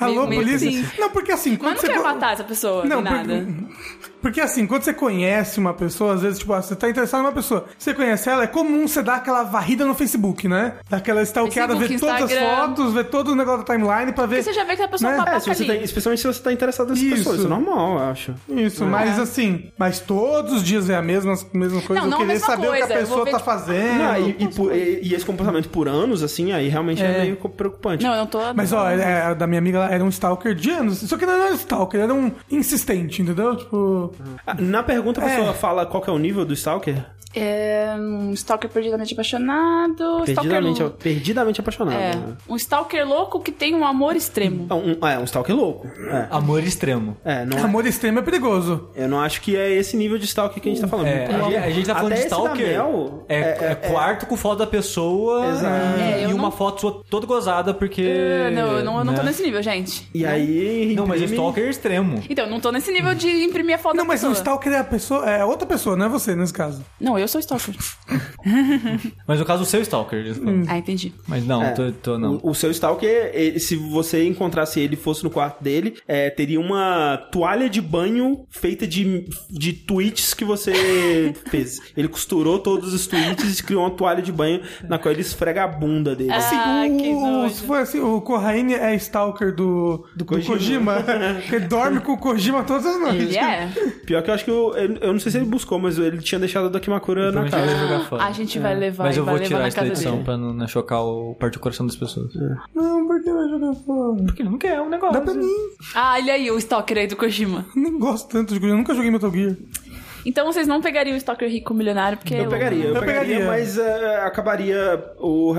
Speaker 4: Alô,
Speaker 1: meio que
Speaker 4: polícia?
Speaker 1: sim.
Speaker 4: Não, porque assim,
Speaker 1: Mas
Speaker 4: quando
Speaker 1: não
Speaker 4: você.
Speaker 1: quero
Speaker 4: co-
Speaker 1: matar essa pessoa,
Speaker 4: Não,
Speaker 1: nem nada.
Speaker 4: Porque, porque assim, quando você conhece uma pessoa, às vezes, tipo, ah, você tá interessado numa pessoa, você conhece ela, é comum você dar aquela varrida no Facebook, né? Daquela stalkeada, ver
Speaker 1: Facebook,
Speaker 4: todas as
Speaker 1: Instagram.
Speaker 4: fotos, ver todo o negócio da timeline pra ver.
Speaker 1: Porque você já vê que a pessoa é
Speaker 4: Né?
Speaker 1: uma
Speaker 2: É, se
Speaker 1: babaca
Speaker 2: você tá,
Speaker 1: ali.
Speaker 2: especialmente se você tá interessado nessa
Speaker 4: Isso.
Speaker 2: pessoa, isso é normal, eu acho.
Speaker 4: Isso, mas assim, mas todos os dias é a mesma, mesma coisa.
Speaker 1: Não, não
Speaker 4: eu
Speaker 1: a
Speaker 4: queria
Speaker 1: mesma
Speaker 4: saber o que
Speaker 1: coisa,
Speaker 4: a
Speaker 1: eu vou
Speaker 4: pessoa
Speaker 1: ver,
Speaker 4: tá
Speaker 1: tipo,
Speaker 4: fazendo.
Speaker 2: Não, e, e por- e- e esse comportamento por anos, assim, aí realmente é,
Speaker 4: É.
Speaker 2: meio co- preocupante.
Speaker 1: Não, eu não tô.
Speaker 4: Mas ó, é, a da minha amiga ela era um stalker de anos. Só que não era um stalker, era um insistente, entendeu? Tipo.
Speaker 2: Ah, Na pergunta, a
Speaker 4: É.
Speaker 2: pessoa fala qual que é o nível do stalker?
Speaker 1: É um stalker perdidamente apaixonado.
Speaker 2: Perdidamente,
Speaker 1: stalker...
Speaker 2: perdidamente apaixonado.
Speaker 1: É,
Speaker 2: né?
Speaker 1: um stalker louco que tem um amor extremo.
Speaker 2: É um, é um stalker louco. É,
Speaker 3: Amor extremo.
Speaker 2: É, não é-
Speaker 4: Amor extremo é perigoso.
Speaker 2: eu não acho que é esse nível de stalker que a gente tá falando.
Speaker 3: É,
Speaker 2: Por
Speaker 3: a, gente,
Speaker 2: exemplo,
Speaker 3: a gente tá falando
Speaker 2: até
Speaker 3: de
Speaker 2: esse da
Speaker 3: stalker.
Speaker 2: Mel,
Speaker 3: é, é quarto com foto da pessoa
Speaker 2: Exato.
Speaker 1: É,
Speaker 3: e
Speaker 1: eu
Speaker 3: uma
Speaker 1: não-
Speaker 3: foto sua toda gozada, porque.
Speaker 1: É, não, eu não, eu não tô
Speaker 3: né?
Speaker 1: nesse nível, gente.
Speaker 2: E aí.
Speaker 3: Não, mas é
Speaker 2: imprime-
Speaker 3: stalker extremo.
Speaker 1: Então, eu não tô nesse nível de imprimir a foto
Speaker 4: Não,
Speaker 1: da
Speaker 4: mas um
Speaker 1: pessoa.
Speaker 4: stalker é a pessoa. É outra pessoa, não é você nesse caso.
Speaker 1: Não, eu sou stalker.
Speaker 3: Mas no caso, o seu stalker. eles falam.
Speaker 1: Ah, entendi.
Speaker 3: Mas não,
Speaker 2: É.
Speaker 3: tô, tô não.
Speaker 2: O, o seu stalker, eh, se você encontrasse ele e fosse no quarto dele, eh, teria uma toalha de banho feita de, de tweets que você fez. Ele costurou todos os tweets e criou uma toalha de banho na qual ele esfrega a bunda dele.
Speaker 1: Ah, que
Speaker 4: o, o-
Speaker 1: nojo.
Speaker 4: se for assim, o Corraine é stalker do, do,
Speaker 2: Kojima.
Speaker 4: Kojima. Ele dorme com o Kojima todas as noites.
Speaker 1: Ele é?
Speaker 2: Pior que eu acho que eu, eu, eu não sei se ele buscou, mas ele tinha deixado a Dakimakura na
Speaker 3: Provavelmente ele vai
Speaker 2: casa.
Speaker 3: jogar fora.
Speaker 1: A gente vai levar,
Speaker 3: Mas eu
Speaker 1: vai
Speaker 3: vou
Speaker 1: levar
Speaker 3: tirar
Speaker 1: na
Speaker 3: isso da
Speaker 1: casa
Speaker 3: edição
Speaker 1: dele.
Speaker 3: pra não, não chocar o parte do coração das pessoas.
Speaker 4: Não, porque vai jogar fora.
Speaker 3: Porque ele não quer, é um negócio.
Speaker 4: Dá pra mim.
Speaker 1: Ah, olha aí o stalker aí do Kojima.
Speaker 4: Não gosto tanto de Kojima. Nunca joguei Metal Gear.
Speaker 1: Então vocês não pegariam o stalker rico milionário, porque...
Speaker 2: Eu pegaria, eu,
Speaker 4: Eu
Speaker 2: pegaria,
Speaker 4: pegaria.
Speaker 2: mas eh, acabaria o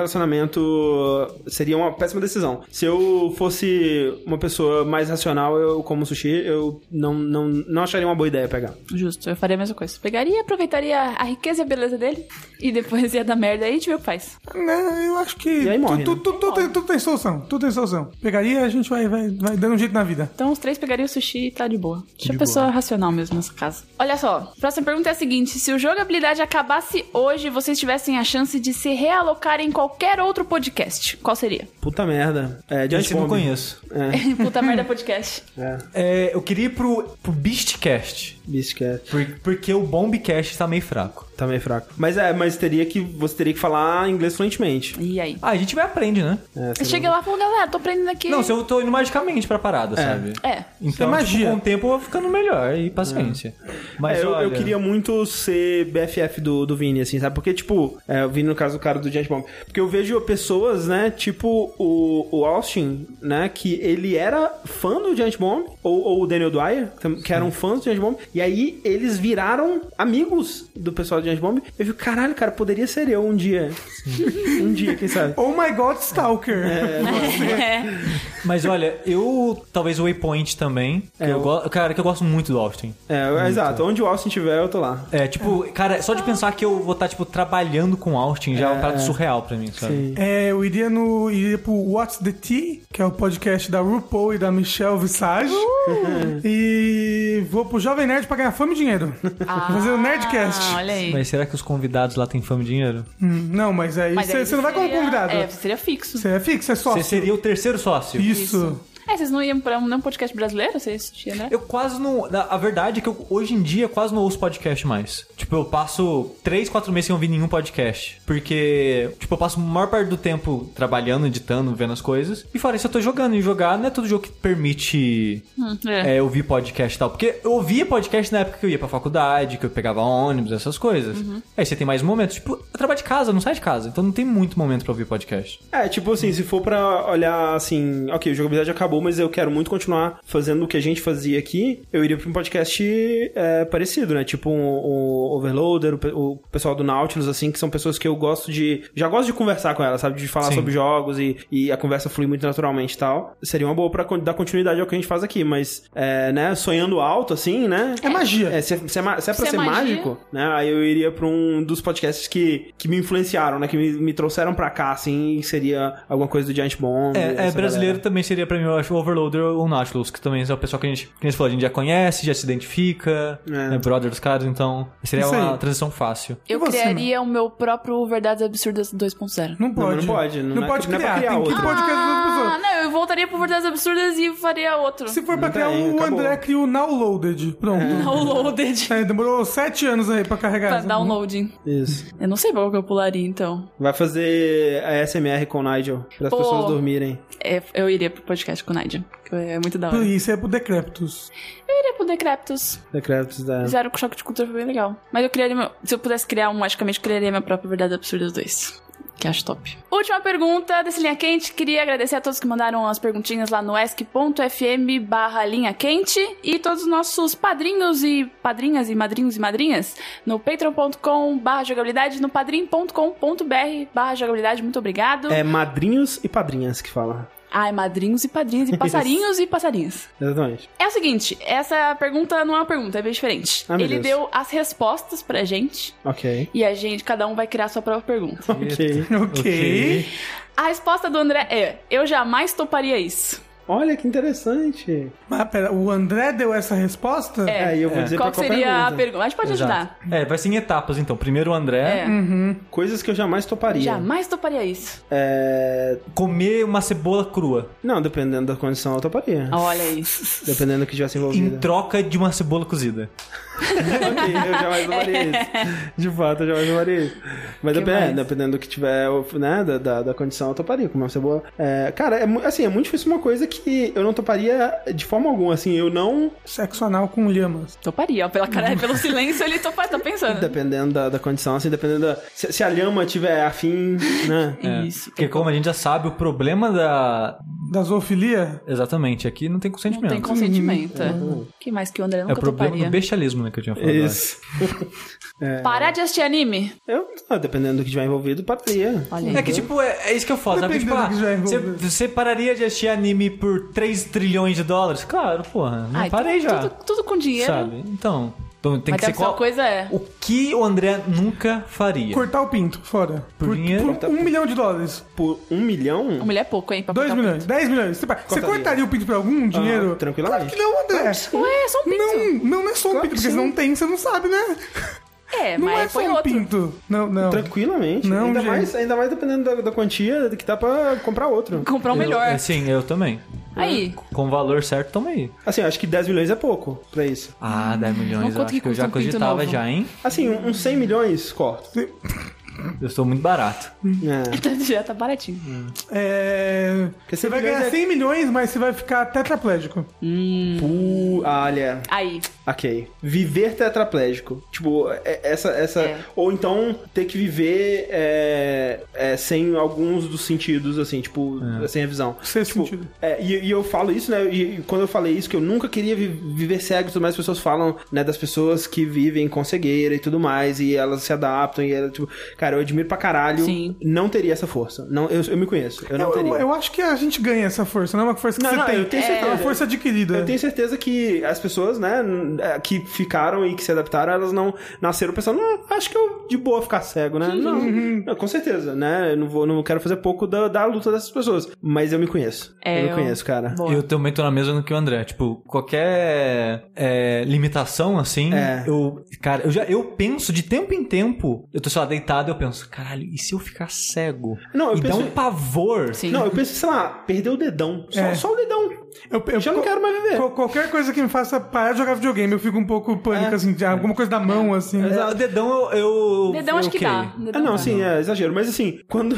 Speaker 2: relacionamento. Seria uma péssima decisão. Se eu fosse uma pessoa mais racional, eu como sushi, eu não, não, não acharia uma boa ideia pegar.
Speaker 1: Justo, eu faria a mesma coisa. Pegaria, aproveitaria a riqueza e a beleza dele, e depois ia dar merda aí e a gente vê o que faz.
Speaker 4: Né, eu acho que.
Speaker 2: E aí morre,
Speaker 4: tu-
Speaker 2: né?
Speaker 4: tu- tu- tu- tem- Tudo tem solução. Tudo tem solução. Pegaria, a gente vai, vai, vai dando um jeito na vida.
Speaker 1: Então os três pegariam o sushi e tá de boa. Deixa a pessoa racional mesmo nessa casa. Olha só, próxima pergunta é a seguinte: se o jogabilidade acabasse hoje e vocês tivessem a chance de se realocar em qualquer outro podcast, qual seria?
Speaker 2: Puta merda. É, Giant
Speaker 3: Esse eu não
Speaker 2: Bomb.
Speaker 3: conheço.
Speaker 2: É,
Speaker 1: Puta merda podcast.
Speaker 2: é.
Speaker 3: É, eu queria ir pro, pro Beastcast.
Speaker 2: Biscuit.
Speaker 3: por- Porque o Bombcast tá meio fraco.
Speaker 2: é, Tá meio fraco. Mas é, mas teria que. Você teria que falar inglês fluentemente.
Speaker 1: E aí?
Speaker 3: Ah, a gente vai aprende, né?
Speaker 2: É,
Speaker 1: Eu
Speaker 2: você
Speaker 1: cheguei lá e falei, galera, tô aprendendo aqui.
Speaker 3: Não, se eu tô indo magicamente pra parada, sabe?
Speaker 1: É.
Speaker 3: Então,
Speaker 4: É magia.
Speaker 3: tipo, com o tempo eu vou ficando melhor e paciência.
Speaker 2: É,
Speaker 3: Mas
Speaker 2: eu, eu
Speaker 3: olha,
Speaker 2: queria muito ser BFF do, do Vini, assim, sabe? Porque, tipo, é, o Vini, no caso, o cara do Giant Bomb. Porque eu vejo pessoas, né? Tipo o, o Austin, né? Que ele era fã do Giant Bomb, ou, ou o Daniel Dwyer, que tam- que eram fãs do Giant Bomb. E aí eles viraram amigos do pessoal do Giant Bomb. Eu fico, caralho, cara, poderia ser eu um dia. um dia, quem sabe?
Speaker 4: Oh my god, Stalker.
Speaker 1: É.
Speaker 3: Mas olha, eu. Talvez o Waypoint também. que
Speaker 2: É,
Speaker 3: eu
Speaker 2: o-
Speaker 3: go- Cara, que eu gosto muito do Austin.
Speaker 2: É, exato. Onde o Austin tiver, eu tô lá.
Speaker 3: É, tipo, cara, só de pensar que eu vou estar, tipo, trabalhando com o Austin já é um prato surreal pra mim, sabe?
Speaker 4: É, eu iria no iria pro What's the Tea, que é o podcast da RuPaul e da Michelle Visage.
Speaker 2: Uh!
Speaker 4: E vou pro Jovem Nerd pra ganhar fome e dinheiro. Vou fazer o Nerdcast.
Speaker 1: Ah, olha aí.
Speaker 3: Mas será que os convidados lá têm fama e dinheiro?
Speaker 4: Hum, Não, mas aí
Speaker 1: Mas
Speaker 4: você
Speaker 1: aí
Speaker 4: você não vai como
Speaker 1: seria-
Speaker 4: convidado.
Speaker 1: É, seria fixo.
Speaker 4: Você é fixo, é só.
Speaker 3: Você seria o terceiro sócio.
Speaker 4: Isso.
Speaker 1: É, vocês não iam pra um, nenhum podcast brasileiro? Vocês assistiam, né?
Speaker 3: Eu quase não. na- A verdade é que eu, hoje em dia quase não ouço podcast mais. Tipo, eu passo 3, 4 meses sem ouvir nenhum podcast. Porque, tipo, eu passo a maior parte do tempo trabalhando, editando, vendo as coisas. E fora isso, eu tô jogando. E jogar não é todo jogo que permite
Speaker 1: Hum, é.
Speaker 3: é, eu ouvir podcast e tal. Porque eu ouvia podcast na época que eu ia pra faculdade, que eu pegava ônibus, essas coisas.
Speaker 1: Uhum.
Speaker 3: Aí você tem mais momentos. Tipo, eu trabalho de casa, eu não saio de casa. Então não tem muito momento pra ouvir podcast.
Speaker 2: É, tipo assim, se for pra olhar assim, ok, o jogabilidade acabou, mas eu quero muito continuar fazendo o que a gente fazia aqui, eu iria pra um podcast é, parecido, né? Tipo um, um Overloader, o, pe- o pessoal do Nautilus, assim, que são pessoas que eu gosto de. Já gosto de conversar com elas, sabe? De falar
Speaker 3: Sim.
Speaker 2: sobre jogos e, e a conversa flui muito naturalmente e tal. Seria uma boa pra con- dar continuidade ao que a gente faz aqui, mas, é, né, sonhando alto, assim, né?
Speaker 4: É magia.
Speaker 2: É, se, é, se é ma- se é pra
Speaker 1: Se é
Speaker 2: ser
Speaker 1: magia.
Speaker 2: mágico, né? Aí eu iria pra um dos podcasts que, que me influenciaram, né? Que me, me trouxeram pra cá, assim, e seria alguma coisa do Giant Bomb.
Speaker 3: É, é,
Speaker 2: essa
Speaker 3: brasileiro
Speaker 2: galera.
Speaker 3: também seria pra mim, eu acho, acho o Overloader ou o Nautilus, que também é o pessoal que a gente, que a gente falou, a gente já conhece, já se identifica, é, brother dos caras, então seria
Speaker 4: Isso aí.
Speaker 3: uma transição fácil.
Speaker 1: Eu
Speaker 4: E você,
Speaker 1: criaria o meu próprio Verdades Absurdas 2.0.
Speaker 4: Não pode.
Speaker 2: não pode, não é-
Speaker 4: pode
Speaker 2: não é pra
Speaker 4: criar.
Speaker 2: criar
Speaker 4: tem que
Speaker 2: outro.
Speaker 4: podcast das outras pessoas.
Speaker 1: Ah, não, eu voltaria pro Verdades Absurdas e faria outro.
Speaker 4: Se for pra
Speaker 2: Não
Speaker 4: criar, um,
Speaker 2: tem,
Speaker 4: o
Speaker 2: acabou.
Speaker 4: André cria o Now Loaded. Pronto.
Speaker 1: Downloaded.
Speaker 4: É, demorou sete anos aí pra carregar.
Speaker 1: Pra um
Speaker 4: essa.
Speaker 1: downloading.
Speaker 2: Isso.
Speaker 1: Eu não sei pra qual que eu pularia, então.
Speaker 2: Vai fazer a SMR com o Nigel, para as
Speaker 1: Pô.
Speaker 2: pessoas dormirem.
Speaker 1: É, eu iria pro podcast com o Nigel, que é muito da hora. Eu
Speaker 4: Isso é pro Decreptus.
Speaker 1: iria pro Decreptus.
Speaker 2: Decretos da...
Speaker 1: Fizeram com choque de cultura, foi bem legal. Mas eu criaria meu... Se eu pudesse criar um, magicamente, eu criaria minha própria Verdade Absurda 2. Que acho top. Última pergunta desse Linha Quente. Queria agradecer a todos que mandaram as perguntinhas lá no ask.fm barra Linha Quente e todos os nossos padrinhos e padrinhas e madrinhos e madrinhas no patreon.com barra jogabilidade no padrim.com.br barra jogabilidade. Muito obrigado.
Speaker 2: É madrinhos e padrinhas que fala.
Speaker 1: Ai, madrinhos e padrinhas e passarinhos e passarinhas.
Speaker 2: Exatamente.
Speaker 1: É o seguinte, essa pergunta não é uma pergunta, é bem diferente.
Speaker 2: Ah, meu
Speaker 1: Ele
Speaker 2: Deus.
Speaker 1: deu as respostas pra gente
Speaker 2: Ok.
Speaker 1: e a gente, cada um vai criar a sua própria pergunta.
Speaker 2: Ok.
Speaker 4: Ok.
Speaker 1: A resposta do André é: eu jamais toparia isso.
Speaker 2: Olha que interessante.
Speaker 4: Mas pera, o André deu essa resposta?
Speaker 1: É.
Speaker 2: Aí eu vou dizer
Speaker 1: Qual
Speaker 2: pra
Speaker 1: que seria a
Speaker 2: pergunta.
Speaker 1: pergunta? A gente pode ajudar.
Speaker 3: Exato. É, vai ser em etapas então. Primeiro o André,
Speaker 1: É.
Speaker 4: Uhum.
Speaker 2: Coisas que eu jamais toparia.
Speaker 1: Jamais toparia isso.
Speaker 2: É...
Speaker 3: comer uma cebola crua
Speaker 2: Não, dependendo da condição, eu toparia.
Speaker 1: Olha aí.
Speaker 2: Dependendo do que tivesse envolvido.
Speaker 3: em troca de uma cebola cozida.
Speaker 2: ok, então eu jamais toparia isso. De fato, eu jamais toparia isso. Mas
Speaker 1: Que
Speaker 2: depende- é,
Speaker 1: mais?
Speaker 2: dependendo do que tiver, né, da, da, da condição, eu toparia comer uma cebola. É, cara, é, mu- assim, é muito difícil uma coisa que eu não toparia de forma alguma, assim, eu não,
Speaker 4: Sexo anal com lhamas.
Speaker 1: Toparia. ó, Pela cara, pelo silêncio, ele topa, tá pensando.
Speaker 2: dependendo da, da condição, assim, dependendo da... Se, se a lhama tiver afim, né...
Speaker 3: É.
Speaker 1: Isso.
Speaker 3: Porque como a gente já sabe, o problema da...
Speaker 4: Da zoofilia?
Speaker 3: Exatamente, aqui não tem consentimento.
Speaker 1: Não tem consentimento. é. que mais que o André
Speaker 3: É
Speaker 1: nunca
Speaker 3: o problema
Speaker 1: toparia?
Speaker 3: do bestialismo, né, que eu tinha falado.
Speaker 2: Isso.
Speaker 1: Parar de assistir anime?
Speaker 2: Eu, ah, dependendo do que tiver envolvido, toparia.
Speaker 1: Olha aí.
Speaker 3: É que, tipo, é, é isso que eu falo, sabe? Tipo,
Speaker 4: Uhum. Dependendo
Speaker 3: ah,
Speaker 4: do que já
Speaker 3: você,
Speaker 4: envolveu.
Speaker 3: você pararia de assistir anime por 3 trilhões de dólares? Claro, porra. Não
Speaker 1: Ai,
Speaker 3: parei
Speaker 1: tudo-
Speaker 3: já.
Speaker 1: Tudo, tudo com dinheiro.
Speaker 3: sabe? Então, então tem
Speaker 1: Mas
Speaker 3: que ser
Speaker 1: a
Speaker 3: qual... Um
Speaker 1: qual... coisa é.
Speaker 3: O que o André nunca faria?
Speaker 4: Cortar o pinto, fora.
Speaker 3: Por dinheiro?
Speaker 4: por um milhão de dólares.
Speaker 2: Por um milhão...
Speaker 1: Uma mulher é pouco, hein? Pra
Speaker 4: Dois
Speaker 1: cortar um
Speaker 4: milhões, dez milhões. Você, você cortaria o pinto por algum dinheiro?
Speaker 2: Ah, tranquilamente.
Speaker 4: Que não, André.
Speaker 1: pinto. Ué, é só um pinto.
Speaker 4: Não, não, não é só um pinto, porque se não tem, você não sabe, né?
Speaker 1: É,
Speaker 4: não
Speaker 1: mas
Speaker 4: é só
Speaker 1: foi
Speaker 4: um
Speaker 1: outro.
Speaker 4: pinto. Não, não.
Speaker 2: Tranquilamente.
Speaker 4: Não,
Speaker 2: ainda,
Speaker 4: gente.
Speaker 2: mais, ainda mais dependendo da, da quantia que dá pra comprar outro.
Speaker 1: Comprar o
Speaker 3: Eu-
Speaker 1: um melhor.
Speaker 3: é, Sim, eu também.
Speaker 1: Aí.
Speaker 3: Com o valor certo, toma aí.
Speaker 2: Assim, eu acho que 10 milhões é pouco pra isso.
Speaker 3: Ah, 10
Speaker 1: Mas
Speaker 3: milhões, eu
Speaker 1: quanto
Speaker 3: acho
Speaker 1: que
Speaker 3: que, eu
Speaker 1: custa
Speaker 3: já
Speaker 1: um pinto
Speaker 3: cogitava
Speaker 1: novo?
Speaker 3: já, hein?
Speaker 2: Assim, um- uns 100 milhões, corta.
Speaker 3: Eu sou muito barato.
Speaker 2: É.
Speaker 1: Já tá baratinho.
Speaker 4: É... Você vai
Speaker 2: milhões
Speaker 4: ganhar
Speaker 2: é-
Speaker 4: 100 milhões, mas você vai ficar tetraplégico.
Speaker 1: Hum.
Speaker 2: Pu- olha,
Speaker 1: Aí.
Speaker 2: ok. Viver tetraplégico. Tipo, é- essa. essa
Speaker 1: É.
Speaker 2: Ou então ter que viver é, é, sem alguns dos sentidos, assim, tipo, sem a visão.
Speaker 4: Sexto
Speaker 2: Tipo,
Speaker 4: sentido.
Speaker 2: É, e, e eu falo isso, né? E, e quando eu falei isso, que eu nunca queria vi- viver cego e tudo mais, as pessoas falam, né, das pessoas que vivem com cegueira e tudo mais, e elas se adaptam, e elas, tipo, cara, eu admiro pra caralho.
Speaker 1: Sim.
Speaker 2: Não teria essa força. Não, eu, eu me conheço. É, Eu não
Speaker 4: Eu,
Speaker 2: teria.
Speaker 4: eu- eu acho que a gente ganha essa força, não é uma força que
Speaker 2: Não,
Speaker 4: você
Speaker 2: não,
Speaker 4: tem.
Speaker 2: eu tenho
Speaker 4: É
Speaker 2: certeza.
Speaker 4: uma força adquirida.
Speaker 2: Eu tenho certeza que as pessoas, né, n- eh, que ficaram e que se adaptaram, elas não nasceram pensando, "Hum, acho que eu de boa ficar cego, né? Não,
Speaker 4: Uhum.
Speaker 2: não, com certeza, né? Eu não, vou, não quero fazer pouco da, da luta dessas pessoas. Mas eu me conheço.
Speaker 1: É,
Speaker 2: eu me
Speaker 1: eu-
Speaker 2: conheço, cara.
Speaker 1: Boa.
Speaker 3: Eu também tô na mesma que o André. Tipo, qualquer é, limitação, assim,
Speaker 2: É.
Speaker 3: eu. Cara, eu já eu penso de tempo em tempo. Eu tô, sei lá, deitado, eu penso, caralho, e se eu ficar cego?
Speaker 2: Não, eu
Speaker 3: e dá
Speaker 2: penso-
Speaker 3: um pavor.
Speaker 1: Sim.
Speaker 2: Não, eu penso, sei lá, perder o dedão. Só,
Speaker 4: É.
Speaker 2: só o dedão.
Speaker 4: Eu, eu-
Speaker 2: Já não quero mais viver.
Speaker 4: qual- qualquer coisa que me faça parar de jogar videogame, eu fico um pouco
Speaker 2: É.
Speaker 4: pânico, assim, de alguma coisa da mão, assim.
Speaker 3: Mas, ah, O dedão eu. eu
Speaker 1: Dedão acho
Speaker 3: eu
Speaker 1: que
Speaker 3: creio.
Speaker 1: dá.
Speaker 2: Ah,
Speaker 1: Dedão
Speaker 2: não,
Speaker 1: dá.
Speaker 2: assim, é exagero. Mas assim, quando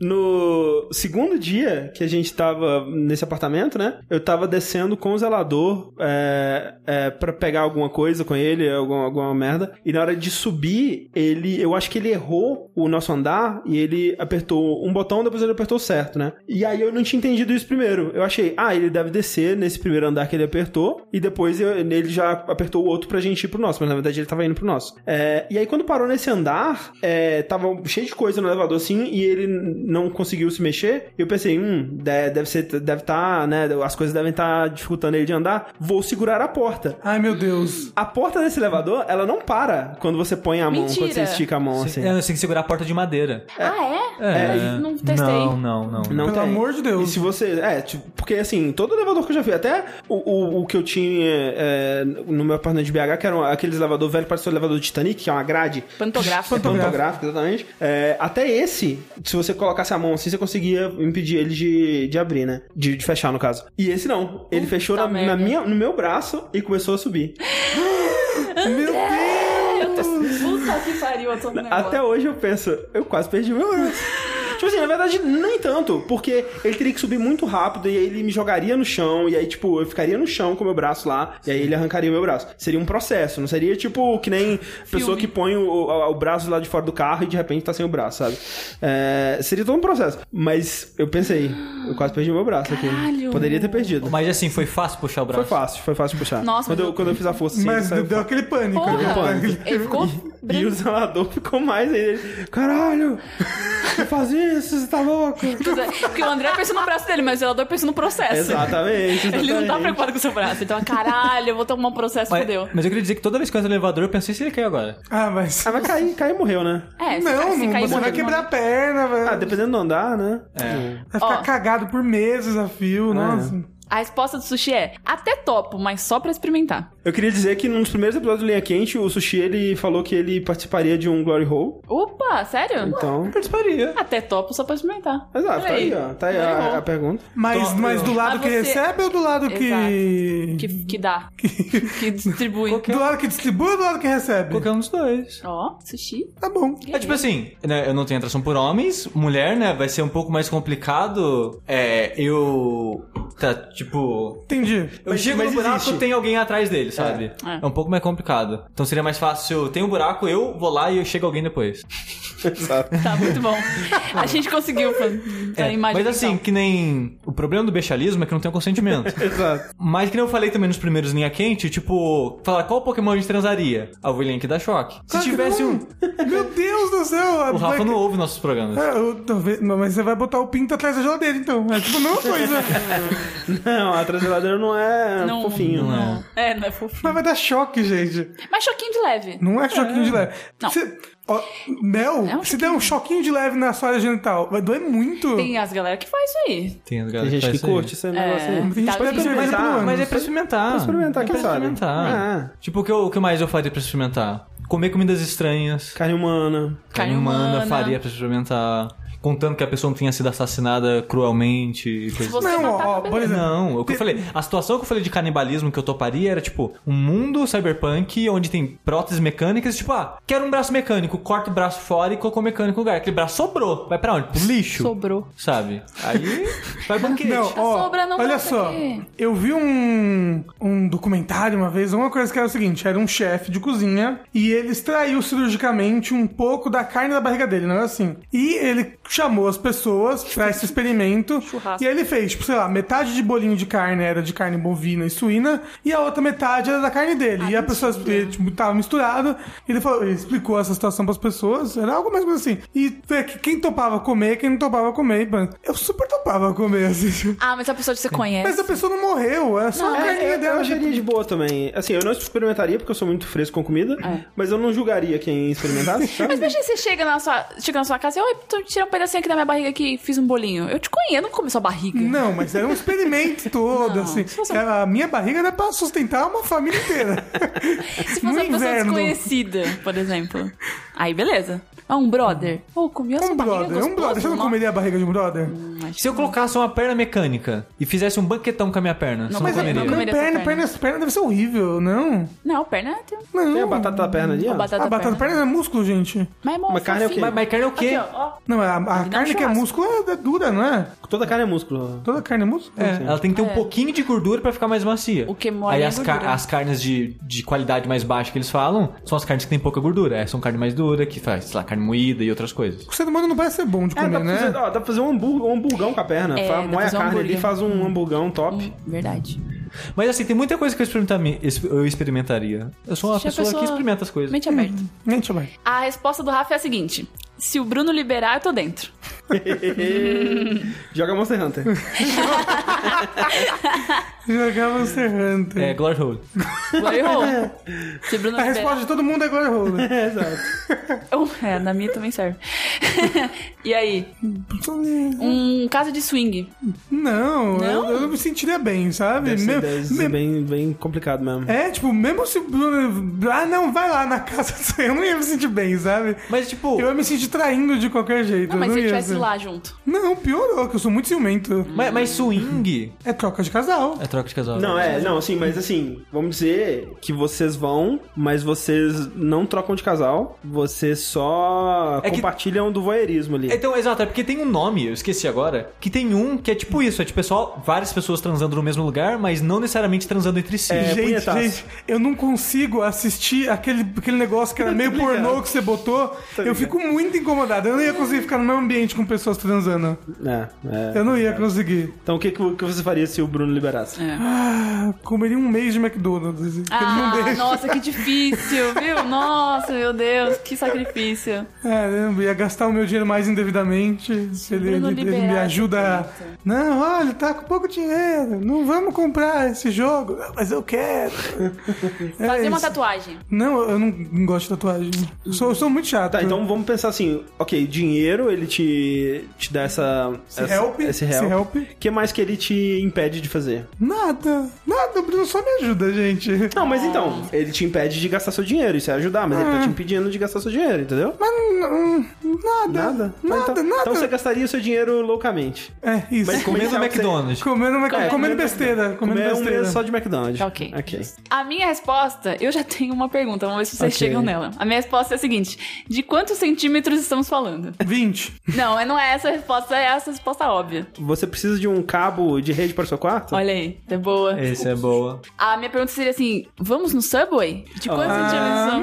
Speaker 2: no segundo dia que a gente tava nesse apartamento, né? Eu tava descendo com o zelador é, é, pra pegar alguma coisa com ele, alguma, alguma merda. E na hora de subir, ele. Eu acho que ele errou o nosso andar e ele apertou um botão, depois ele apertou certo, né? E aí eu não tinha entendido isso primeiro. Eu achei, ah, ele deve descer nesse primeiro andar que ele apertou e depois eu- ele já apertou o outro pra gente ir pro nosso, mas na verdade ele tava indo pro nosso. É, e aí quando parou nesse andar, é, tava cheio de coisa no elevador assim e ele n- não conseguiu se mexer. Eu pensei, hum, de- deve ser, deve tá, né, as coisas devem estar dificultando ele de andar. Vou segurar a porta.
Speaker 4: Ai, meu Deus.
Speaker 2: A porta desse elevador, ela não para quando você põe a mão, quando
Speaker 1: Mentira.
Speaker 2: você estica a mão assim.
Speaker 3: É, Eu tenho que segurar a porta de madeira.
Speaker 1: Ah, é?
Speaker 3: É.
Speaker 1: Mas não testei.
Speaker 3: Não, não, não.
Speaker 2: Não
Speaker 4: Pelo amor de Deus.
Speaker 2: E se você. É, tipo, porque assim, todo elevador que eu já vi. Até o, o, o que eu tinha é, no meu apartamento de BH, que era aquele elevador velho, parece o elevador do Titanic, que é uma grade.
Speaker 1: Pantográfico.
Speaker 2: É pantográfico, exatamente. É, até esse, se você colocasse a mão assim, você conseguia impedir ele de, de abrir, né? De, de fechar, no caso. E esse não. Ele fechou na, na
Speaker 1: merda.
Speaker 2: minha, no meu braço e começou a subir.
Speaker 4: Meu Deus!
Speaker 1: Eu tô... Puta que pariu, eu tô com negócio.
Speaker 2: Até hoje eu penso, eu quase perdi meu braço. Tipo assim, na verdade, nem tanto, porque ele teria que subir muito rápido e aí ele me jogaria no chão, e aí, tipo, eu ficaria no chão com o meu braço lá, e aí ele arrancaria o meu braço. Seria um processo, não seria tipo que nem pessoa que põe o, o- o braço lá de fora do carro e de repente tá sem o braço, sabe? É, seria todo um processo. Mas eu pensei, eu quase perdi meu braço aqui.
Speaker 1: Caralho.
Speaker 2: Poderia ter perdido.
Speaker 3: Mas assim, foi fácil puxar o braço.
Speaker 2: Foi fácil, foi fácil puxar.
Speaker 1: Nossa, mas
Speaker 2: quando, eu,
Speaker 1: eu-
Speaker 2: quando eu fiz a força,
Speaker 4: Mas
Speaker 2: sim, saiu
Speaker 4: deu aquele pânico.
Speaker 1: Porra.
Speaker 4: aquele pânico.
Speaker 1: Ele ficou
Speaker 2: e o
Speaker 1: branco.
Speaker 2: zelador ficou mais aí. Ele, Caralho! Não faz isso, você tá louco?
Speaker 1: Porque o André pensa no braço dele, mas o zelador pensa no processo.
Speaker 2: Exatamente,
Speaker 1: Ele não tá
Speaker 2: exatamente.
Speaker 1: preocupado com o seu braço. Então, caralho, eu vou tomar um processo,
Speaker 3: Mas,
Speaker 1: fodeu.
Speaker 3: mas eu queria dizer que toda vez que eu entro no elevador, eu pensei se ele caiu agora.
Speaker 4: Ah, mas.
Speaker 2: Ah, mas cair, cair morreu, né?
Speaker 1: É, se
Speaker 4: Não,
Speaker 1: se
Speaker 4: não,
Speaker 1: cair,
Speaker 4: você
Speaker 1: morreu
Speaker 4: vai
Speaker 1: de
Speaker 4: quebrar a
Speaker 1: uma-
Speaker 4: perna, velho.
Speaker 2: Ah, dependendo do andar, né?
Speaker 4: Vai ficar
Speaker 1: Ó.
Speaker 4: cagado por meses a
Speaker 3: É.
Speaker 4: fio, nossa.
Speaker 1: A resposta do sushi é: até topo, mas só pra experimentar.
Speaker 2: Eu queria dizer que num dos primeiros episódios do Linha Quente, o Sushi, ele falou que ele participaria de um Glory Hole.
Speaker 1: Opa, sério?
Speaker 2: Então,
Speaker 3: Participaria.
Speaker 1: Até topo só pra experimentar.
Speaker 2: exato, tá
Speaker 1: Olha
Speaker 2: aí, ó. Tá aí
Speaker 1: Glory
Speaker 2: a, a
Speaker 1: hole.
Speaker 2: pergunta.
Speaker 4: Mas,
Speaker 3: Então,
Speaker 4: mas
Speaker 3: eu-
Speaker 4: do lado
Speaker 1: Ah,
Speaker 4: que
Speaker 1: você-
Speaker 4: recebe ou do lado que...
Speaker 1: Que, que dá. que distribui. Ó,
Speaker 4: Do lado que distribui ou do lado que recebe?
Speaker 3: um. Qualquer um dos dois.
Speaker 1: sushi.
Speaker 4: Tá bom.
Speaker 3: É tipo assim, né, eu não tenho atração por homens, mulher, né? Vai ser um pouco mais complicado. É, eu. Tá, tipo.
Speaker 4: Entendi.
Speaker 3: Eu
Speaker 2: Mas-
Speaker 3: chego
Speaker 2: mas
Speaker 3: no buraco,
Speaker 2: existe.
Speaker 3: tem alguém atrás dele, sabe?
Speaker 1: É.
Speaker 3: É. um pouco mais complicado. Então seria mais fácil, eu tenho um buraco, eu vou lá e eu chego alguém depois.
Speaker 2: Exato.
Speaker 1: Tá muito bom. A gente conseguiu. Fran. Tá,
Speaker 3: É,
Speaker 1: imagina
Speaker 3: mas assim,
Speaker 1: então.
Speaker 3: que nem. O problema do bestialismo é que não tem o consentimento.
Speaker 2: Exato.
Speaker 3: Mas que nem eu falei também nos primeiros linha quente, tipo, falar qual Pokémon a gente transaria? Ah, o Link dá choque. Se
Speaker 4: Claro que
Speaker 3: tivesse
Speaker 4: não.
Speaker 3: um.
Speaker 4: Meu Deus do céu.
Speaker 3: O Rafa
Speaker 4: vai-
Speaker 3: não ouve nossos programas.
Speaker 4: É, eu tô ve- não, mas você vai botar o pinto atrás da geladeira, então. É tipo a mesma coisa.
Speaker 2: Não, a geladeira não é
Speaker 1: Não-
Speaker 2: fofinho.
Speaker 3: não é.
Speaker 4: né?
Speaker 1: É, não é fofinho.
Speaker 4: mas vai dar choque, gente.
Speaker 1: Mas choquinho de leve.
Speaker 4: Não é choquinho de leve.
Speaker 1: Não.
Speaker 4: Se, ó, Mel,
Speaker 1: É um
Speaker 4: se der um choquinho de leve na sua área genital, vai doer muito.
Speaker 1: Tem as galera que faz isso aí.
Speaker 3: Tem, galera
Speaker 2: Tem gente
Speaker 3: faz
Speaker 2: que
Speaker 3: isso aí.
Speaker 2: curte esse
Speaker 4: Um
Speaker 2: negócio
Speaker 1: É.
Speaker 2: aí.
Speaker 4: Tem assim. gente
Speaker 1: Tá,
Speaker 4: que bebe
Speaker 1: tem
Speaker 4: cerveja
Speaker 2: que
Speaker 4: pro
Speaker 2: pensar,
Speaker 4: ano.
Speaker 3: Mas é pra experimentar. É
Speaker 2: Pra experimentar, quem
Speaker 3: pra
Speaker 2: sabe? É.
Speaker 3: experimentar. Tipo, o que, eu- o que mais eu faria pra experimentar? Comer comidas estranhas.
Speaker 2: Carne humana.
Speaker 1: Carne humana.
Speaker 3: faria pra experimentar. Contando que a pessoa não tenha sido assassinada cruelmente. e
Speaker 1: Se
Speaker 3: coisa-
Speaker 1: você
Speaker 4: Não,
Speaker 1: matar,
Speaker 4: ó,
Speaker 1: tá
Speaker 4: por
Speaker 2: é.
Speaker 1: beleza.
Speaker 4: exemplo.
Speaker 3: Não, o que eu falei. A situação que eu falei de canibalismo que eu toparia era tipo um mundo cyberpunk onde tem próteses mecânicas, tipo, ah, quero um braço mecânico, corta o braço fora e coloca o mecânico no lugar. Aquele braço sobrou. Vai pra onde? Pro lixo.
Speaker 1: Sobrou.
Speaker 3: Sabe? Aí vai um banquete.
Speaker 4: Não, ó,
Speaker 1: sobra não volta
Speaker 4: olha só.
Speaker 1: aqui.
Speaker 4: Eu vi um, um documentário uma vez, uma coisa que era o seguinte, era um chefe de cozinha e ele extraiu cirurgicamente um pouco da carne da barriga dele, não era assim. E ele chamou as pessoas pra esse experimento
Speaker 1: Churrasco.
Speaker 4: e aí ele fez, tipo, sei lá, metade de bolinho de carne era de carne bovina e suína e a outra metade era da carne dele. e a pessoa, ele, tipo, tava misturado. Ele, falou, ele explicou essa situação pras pessoas, era algo mais ou menos assim. E é, que quem topava comer, quem não topava comer, e, mano, eu super topava comer, assim, tipo,
Speaker 1: Ah, mas a pessoa que você conhece.
Speaker 4: mas um a pessoa não morreu, é só a
Speaker 2: É,
Speaker 4: carninha
Speaker 2: eu, eu
Speaker 4: dela.
Speaker 2: acharia de boa também. Assim, eu não experimentaria porque eu sou muito fresco com comida, mas eu não julgaria quem experimentasse, sabe?
Speaker 1: Mas imagina você chega na sua, chega na sua casa e "Oi, tô tirando um pedacinho aqui da minha barriga aqui e fiz um bolinho. Eu te conheço, eu não comi sua barriga.
Speaker 4: Não, mas era um experimento todo,
Speaker 1: Não,
Speaker 4: assim.
Speaker 1: se fosse-
Speaker 4: A minha barriga era pra sustentar uma família inteira.
Speaker 1: Se fosse
Speaker 4: No
Speaker 1: uma pessoa
Speaker 4: inverno.
Speaker 1: desconhecida, por exemplo. Aí beleza. Ah, um brother. Ou comi a sua
Speaker 4: Um
Speaker 1: barriga,
Speaker 4: brother, um
Speaker 1: gostoso,
Speaker 4: brother. Você não
Speaker 1: nossa.
Speaker 4: comeria a barriga de um brother?
Speaker 3: Se eu colocasse uma perna mecânica e fizesse um banquetão com a minha perna, você não
Speaker 1: mas é-
Speaker 3: comeria.
Speaker 1: não
Speaker 4: Mas
Speaker 1: comeria essa
Speaker 4: perna,
Speaker 1: perna.
Speaker 4: perna, perna deve ser horrível, não?
Speaker 1: Não, perna tem um-
Speaker 2: Tem a
Speaker 4: Não.
Speaker 2: batata da perna ali, ó.
Speaker 1: uma batata,
Speaker 4: A batata
Speaker 1: perna.
Speaker 4: perna é músculo, gente.
Speaker 1: Mas, é mó
Speaker 2: Mas carne é o quê?
Speaker 1: fofinho.
Speaker 3: Mas, mas carne é o quê?
Speaker 1: Aqui, ó, ó.
Speaker 4: Não, a, a
Speaker 1: um
Speaker 4: carne que é
Speaker 1: churrasco.
Speaker 4: músculo é, é dura, não é?
Speaker 2: Toda carne é músculo.
Speaker 4: Toda carne é músculo.
Speaker 3: É, ela tem que ter
Speaker 1: É.
Speaker 3: um pouquinho de gordura pra ficar mais macia.
Speaker 1: O que mole
Speaker 3: Aí
Speaker 1: é
Speaker 3: as,
Speaker 1: gordura.
Speaker 3: as carnes de, de qualidade mais baixa que eles falam são as carnes que tem pouca gordura. É, são carne mais dura, que faz, sei lá, carne moída e outras coisas.
Speaker 4: O ser humano não parece ser bom de
Speaker 2: É, dá,
Speaker 4: comer,
Speaker 2: pra
Speaker 4: né?
Speaker 2: fazer, ó, dá pra fazer um, hambúrguer, um hamburgão com a perna.
Speaker 1: É,
Speaker 2: Fa-
Speaker 1: dá pra
Speaker 2: Moe a
Speaker 1: fazer um
Speaker 2: carne ali
Speaker 1: hambúrguer.
Speaker 2: e faz um hamburgão top.
Speaker 1: Hum, Verdade.
Speaker 3: Mas assim, tem muita coisa que eu, experimentaria. eu experimentaria. Eu sou uma
Speaker 1: Se a
Speaker 3: Então, pessoa,
Speaker 1: pessoa-
Speaker 3: que experimenta as coisas. Hum.
Speaker 1: Mente aberta.
Speaker 4: Gente, vai.
Speaker 1: A resposta do Rafa é a seguinte. Se o Bruno liberar, eu tô dentro.
Speaker 2: Joga Monster Hunter.
Speaker 4: Jogava Monster Hunter.
Speaker 3: É, Glory Hole.
Speaker 1: Glory Hole. Se Bruno
Speaker 4: A resposta de todo mundo é Glory Hole. né?
Speaker 1: Oh, é, na minha também serve. e aí? Um caso de swing.
Speaker 4: Não,
Speaker 1: Não?
Speaker 4: Eu, eu me sentiria bem, sabe?
Speaker 2: Deve ser-
Speaker 4: Mesmo-
Speaker 2: deve ser
Speaker 4: me-
Speaker 2: bem, bem complicado mesmo.
Speaker 4: É, tipo, mesmo se. Ah, não, vai lá na casa. Eu não ia me sentir bem, sabe?
Speaker 3: Mas, tipo...
Speaker 4: Eu ia me sentir traindo de qualquer jeito.
Speaker 1: Não, mas
Speaker 4: eu
Speaker 1: se
Speaker 4: não
Speaker 1: ele
Speaker 4: ia
Speaker 1: estivesse
Speaker 4: ser.
Speaker 1: lá junto.
Speaker 4: Não, piorou, que eu sou muito ciumento.
Speaker 3: Mas, mas swing
Speaker 4: É troca de casal.
Speaker 3: é troca de casal.
Speaker 2: Não, é, não, assim, mas assim, vamos dizer que vocês vão, mas vocês não trocam de casal, vocês só
Speaker 3: É que-
Speaker 2: compartilham do voyeurismo ali.
Speaker 3: Então, exato, é porque tem um nome, eu esqueci agora, que tem um que é tipo isso, é tipo pessoal, várias pessoas transando no mesmo lugar, mas não necessariamente transando entre si.
Speaker 2: É,
Speaker 4: gente,
Speaker 2: punhetaço.
Speaker 4: gente, eu não consigo assistir aquele, aquele
Speaker 2: Tá
Speaker 4: negócio que era meio pornô que você botou. eu fico muito incomodado. Eu não ia conseguir ficar no mesmo ambiente com pessoas transando.
Speaker 2: É, é.
Speaker 4: Eu não ia conseguir.
Speaker 2: Então o que, que o que você faria se o Bruno liberasse?
Speaker 4: Ah, comeria um mês de McDonald's. Ele não
Speaker 1: Ah,
Speaker 4: deixa.
Speaker 1: nossa, que difícil, viu? Nossa, meu Deus, que sacrifício.
Speaker 4: Caramba, ia gastar o meu dinheiro mais indevidamente. Se ele,
Speaker 1: Bruno
Speaker 4: ele- ele me
Speaker 1: liberasse,
Speaker 4: ajuda. a-
Speaker 1: pronto.
Speaker 4: Não, olha, tá com pouco dinheiro. Não vamos comprar esse jogo. "Não, Mas eu quero. É
Speaker 1: Fazer uma
Speaker 4: isso.
Speaker 1: tatuagem.
Speaker 4: Não, eu não gosto de tatuagem. Eu sou, eu sou muito chato.
Speaker 2: Tá, então vamos pensar assim, ok, dinheiro ele te, te dá essa,
Speaker 4: Esse
Speaker 2: essa-
Speaker 4: help,
Speaker 2: esse
Speaker 4: esse
Speaker 2: help.
Speaker 4: help.
Speaker 2: O que mais que ele te impede de fazer?
Speaker 4: Nada, nada, o Bruno só me ajuda, gente.
Speaker 2: Não, mas então, ele te impede de gastar seu dinheiro, isso é ajudar, mas
Speaker 4: Ah.
Speaker 2: ele tá te impedindo de gastar seu dinheiro, entendeu?
Speaker 4: Mas hum, nada.
Speaker 2: Nada?
Speaker 4: Nada,
Speaker 2: então,
Speaker 4: nada.
Speaker 2: Então você gastaria seu dinheiro loucamente.
Speaker 4: É, isso.
Speaker 2: Mas
Speaker 3: Comendo
Speaker 2: Comercial que você-
Speaker 3: McDonald's.
Speaker 4: Comendo,
Speaker 2: É,
Speaker 4: Mac- comendo
Speaker 2: comendo-
Speaker 4: besteira. Comendo
Speaker 2: Comer um
Speaker 4: besteira.
Speaker 2: mês só de McDonald's.
Speaker 1: Tá ok.
Speaker 2: Ok.
Speaker 1: A minha resposta, eu já tenho uma pergunta, vamos ver se vocês
Speaker 2: Ok.
Speaker 1: chegam nela. A minha resposta é a seguinte: de quantos centímetros estamos falando?
Speaker 4: 20.
Speaker 1: Não, mas não é essa a resposta, é essa a resposta óbvia.
Speaker 4: Tá.
Speaker 2: Você precisa de um cabo de rede para o seu quarto?
Speaker 1: Olha aí, é boa.
Speaker 3: Esse é boa.
Speaker 1: A minha pergunta seria assim: vamos no subway? De quantos
Speaker 4: Ah,
Speaker 1: centímetros estamos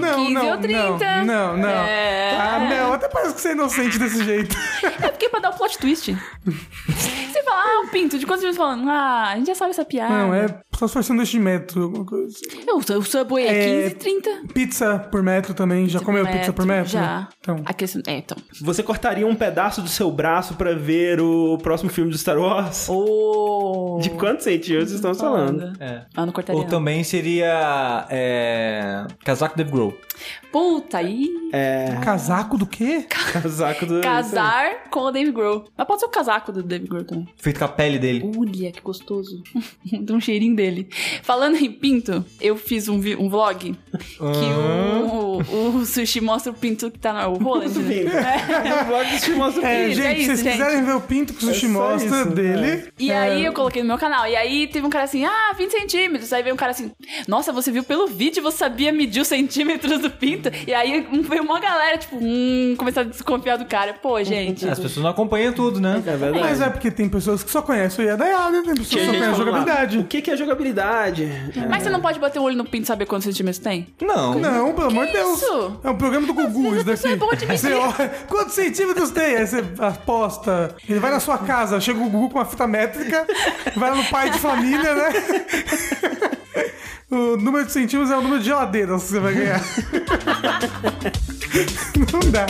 Speaker 1: falando?
Speaker 4: não,
Speaker 1: 15
Speaker 4: não,
Speaker 1: né? ou 30?
Speaker 4: não, não, não.
Speaker 1: É...
Speaker 4: Ah, Mel, até parece que você é inocente desse jeito.
Speaker 1: É porque pra dar um plot twist. Você fala, ah, um pinto, de quantos minutos falando? Ah, a gente já sabe essa piada.
Speaker 4: Não, é só se for sanduíche de metro, alguma coisa.
Speaker 1: Eu, o Subway é
Speaker 4: É,
Speaker 1: 15, 30.
Speaker 4: Pizza por metro também. Já comeu pizza por metro?
Speaker 1: Já.
Speaker 4: Então.
Speaker 1: Aqui, assim, é, então.
Speaker 2: Você cortaria um pedaço do seu braço para ver o próximo filme do Star Wars?
Speaker 1: Oh,
Speaker 2: De quantos centímetros estamos falando?
Speaker 3: É.
Speaker 1: Ah, não cortaria.
Speaker 3: Ou
Speaker 1: não.
Speaker 3: também seria. É, casaco Dave Grohl.
Speaker 1: Puta aí.
Speaker 2: É.
Speaker 4: Casaco do quê?
Speaker 2: Casaco do.
Speaker 1: Casar com o Dave Grohl. Mas pode ser o casaco do Dave Grohl também.
Speaker 3: Feito com a pele dele.
Speaker 1: Olha, que gostoso. Tem um cheirinho dele. Falando em pinto, eu fiz um, vi- um vlog que o, o sushi mostra o pinto que tá no Roland. né?
Speaker 2: O vlog do Sushi Monster
Speaker 4: É,
Speaker 1: Isso, é
Speaker 4: gente, se vocês
Speaker 1: isso, gente.
Speaker 4: quiserem ver o pinto que o sushi
Speaker 2: É só
Speaker 4: mostra
Speaker 2: isso,
Speaker 4: dele.
Speaker 1: E
Speaker 4: é,
Speaker 1: aí eu coloquei no meu canal. E aí teve um cara assim, ah, 20 centímetros. Aí veio um cara assim, nossa, você viu pelo vídeo, você sabia medir os centímetros do pinto. E aí um- veio uma galera, tipo, hum, começar a desconfiar do cara. Pô, gente.
Speaker 3: As pessoas não acompanham tudo, né?
Speaker 2: É verdade.
Speaker 4: Mas é porque tem pessoas que só conhecem o Yadayada, tem pessoas que,
Speaker 2: Gente,
Speaker 4: só conhecem a
Speaker 2: vamos lá.
Speaker 4: jogabilidade.
Speaker 2: O que que é jogabilidade?
Speaker 1: Mas você não pode bater o olho no pinto e saber quantos centímetros tem?
Speaker 3: Não.
Speaker 4: Não, pelo amor de Deus.
Speaker 1: isso?
Speaker 4: É um programa do Gugu, isso
Speaker 1: vezes a
Speaker 4: daqui.
Speaker 1: pessoa é boa de medir.
Speaker 4: Você olha, quantos centímetros tem? Aí você aposta. Ele vai na sua casa, chega o Gugu com uma fita métrica, vai lá no pai de família, né? O número de centímetros é o número de geladeiras que você vai ganhar. Não dá.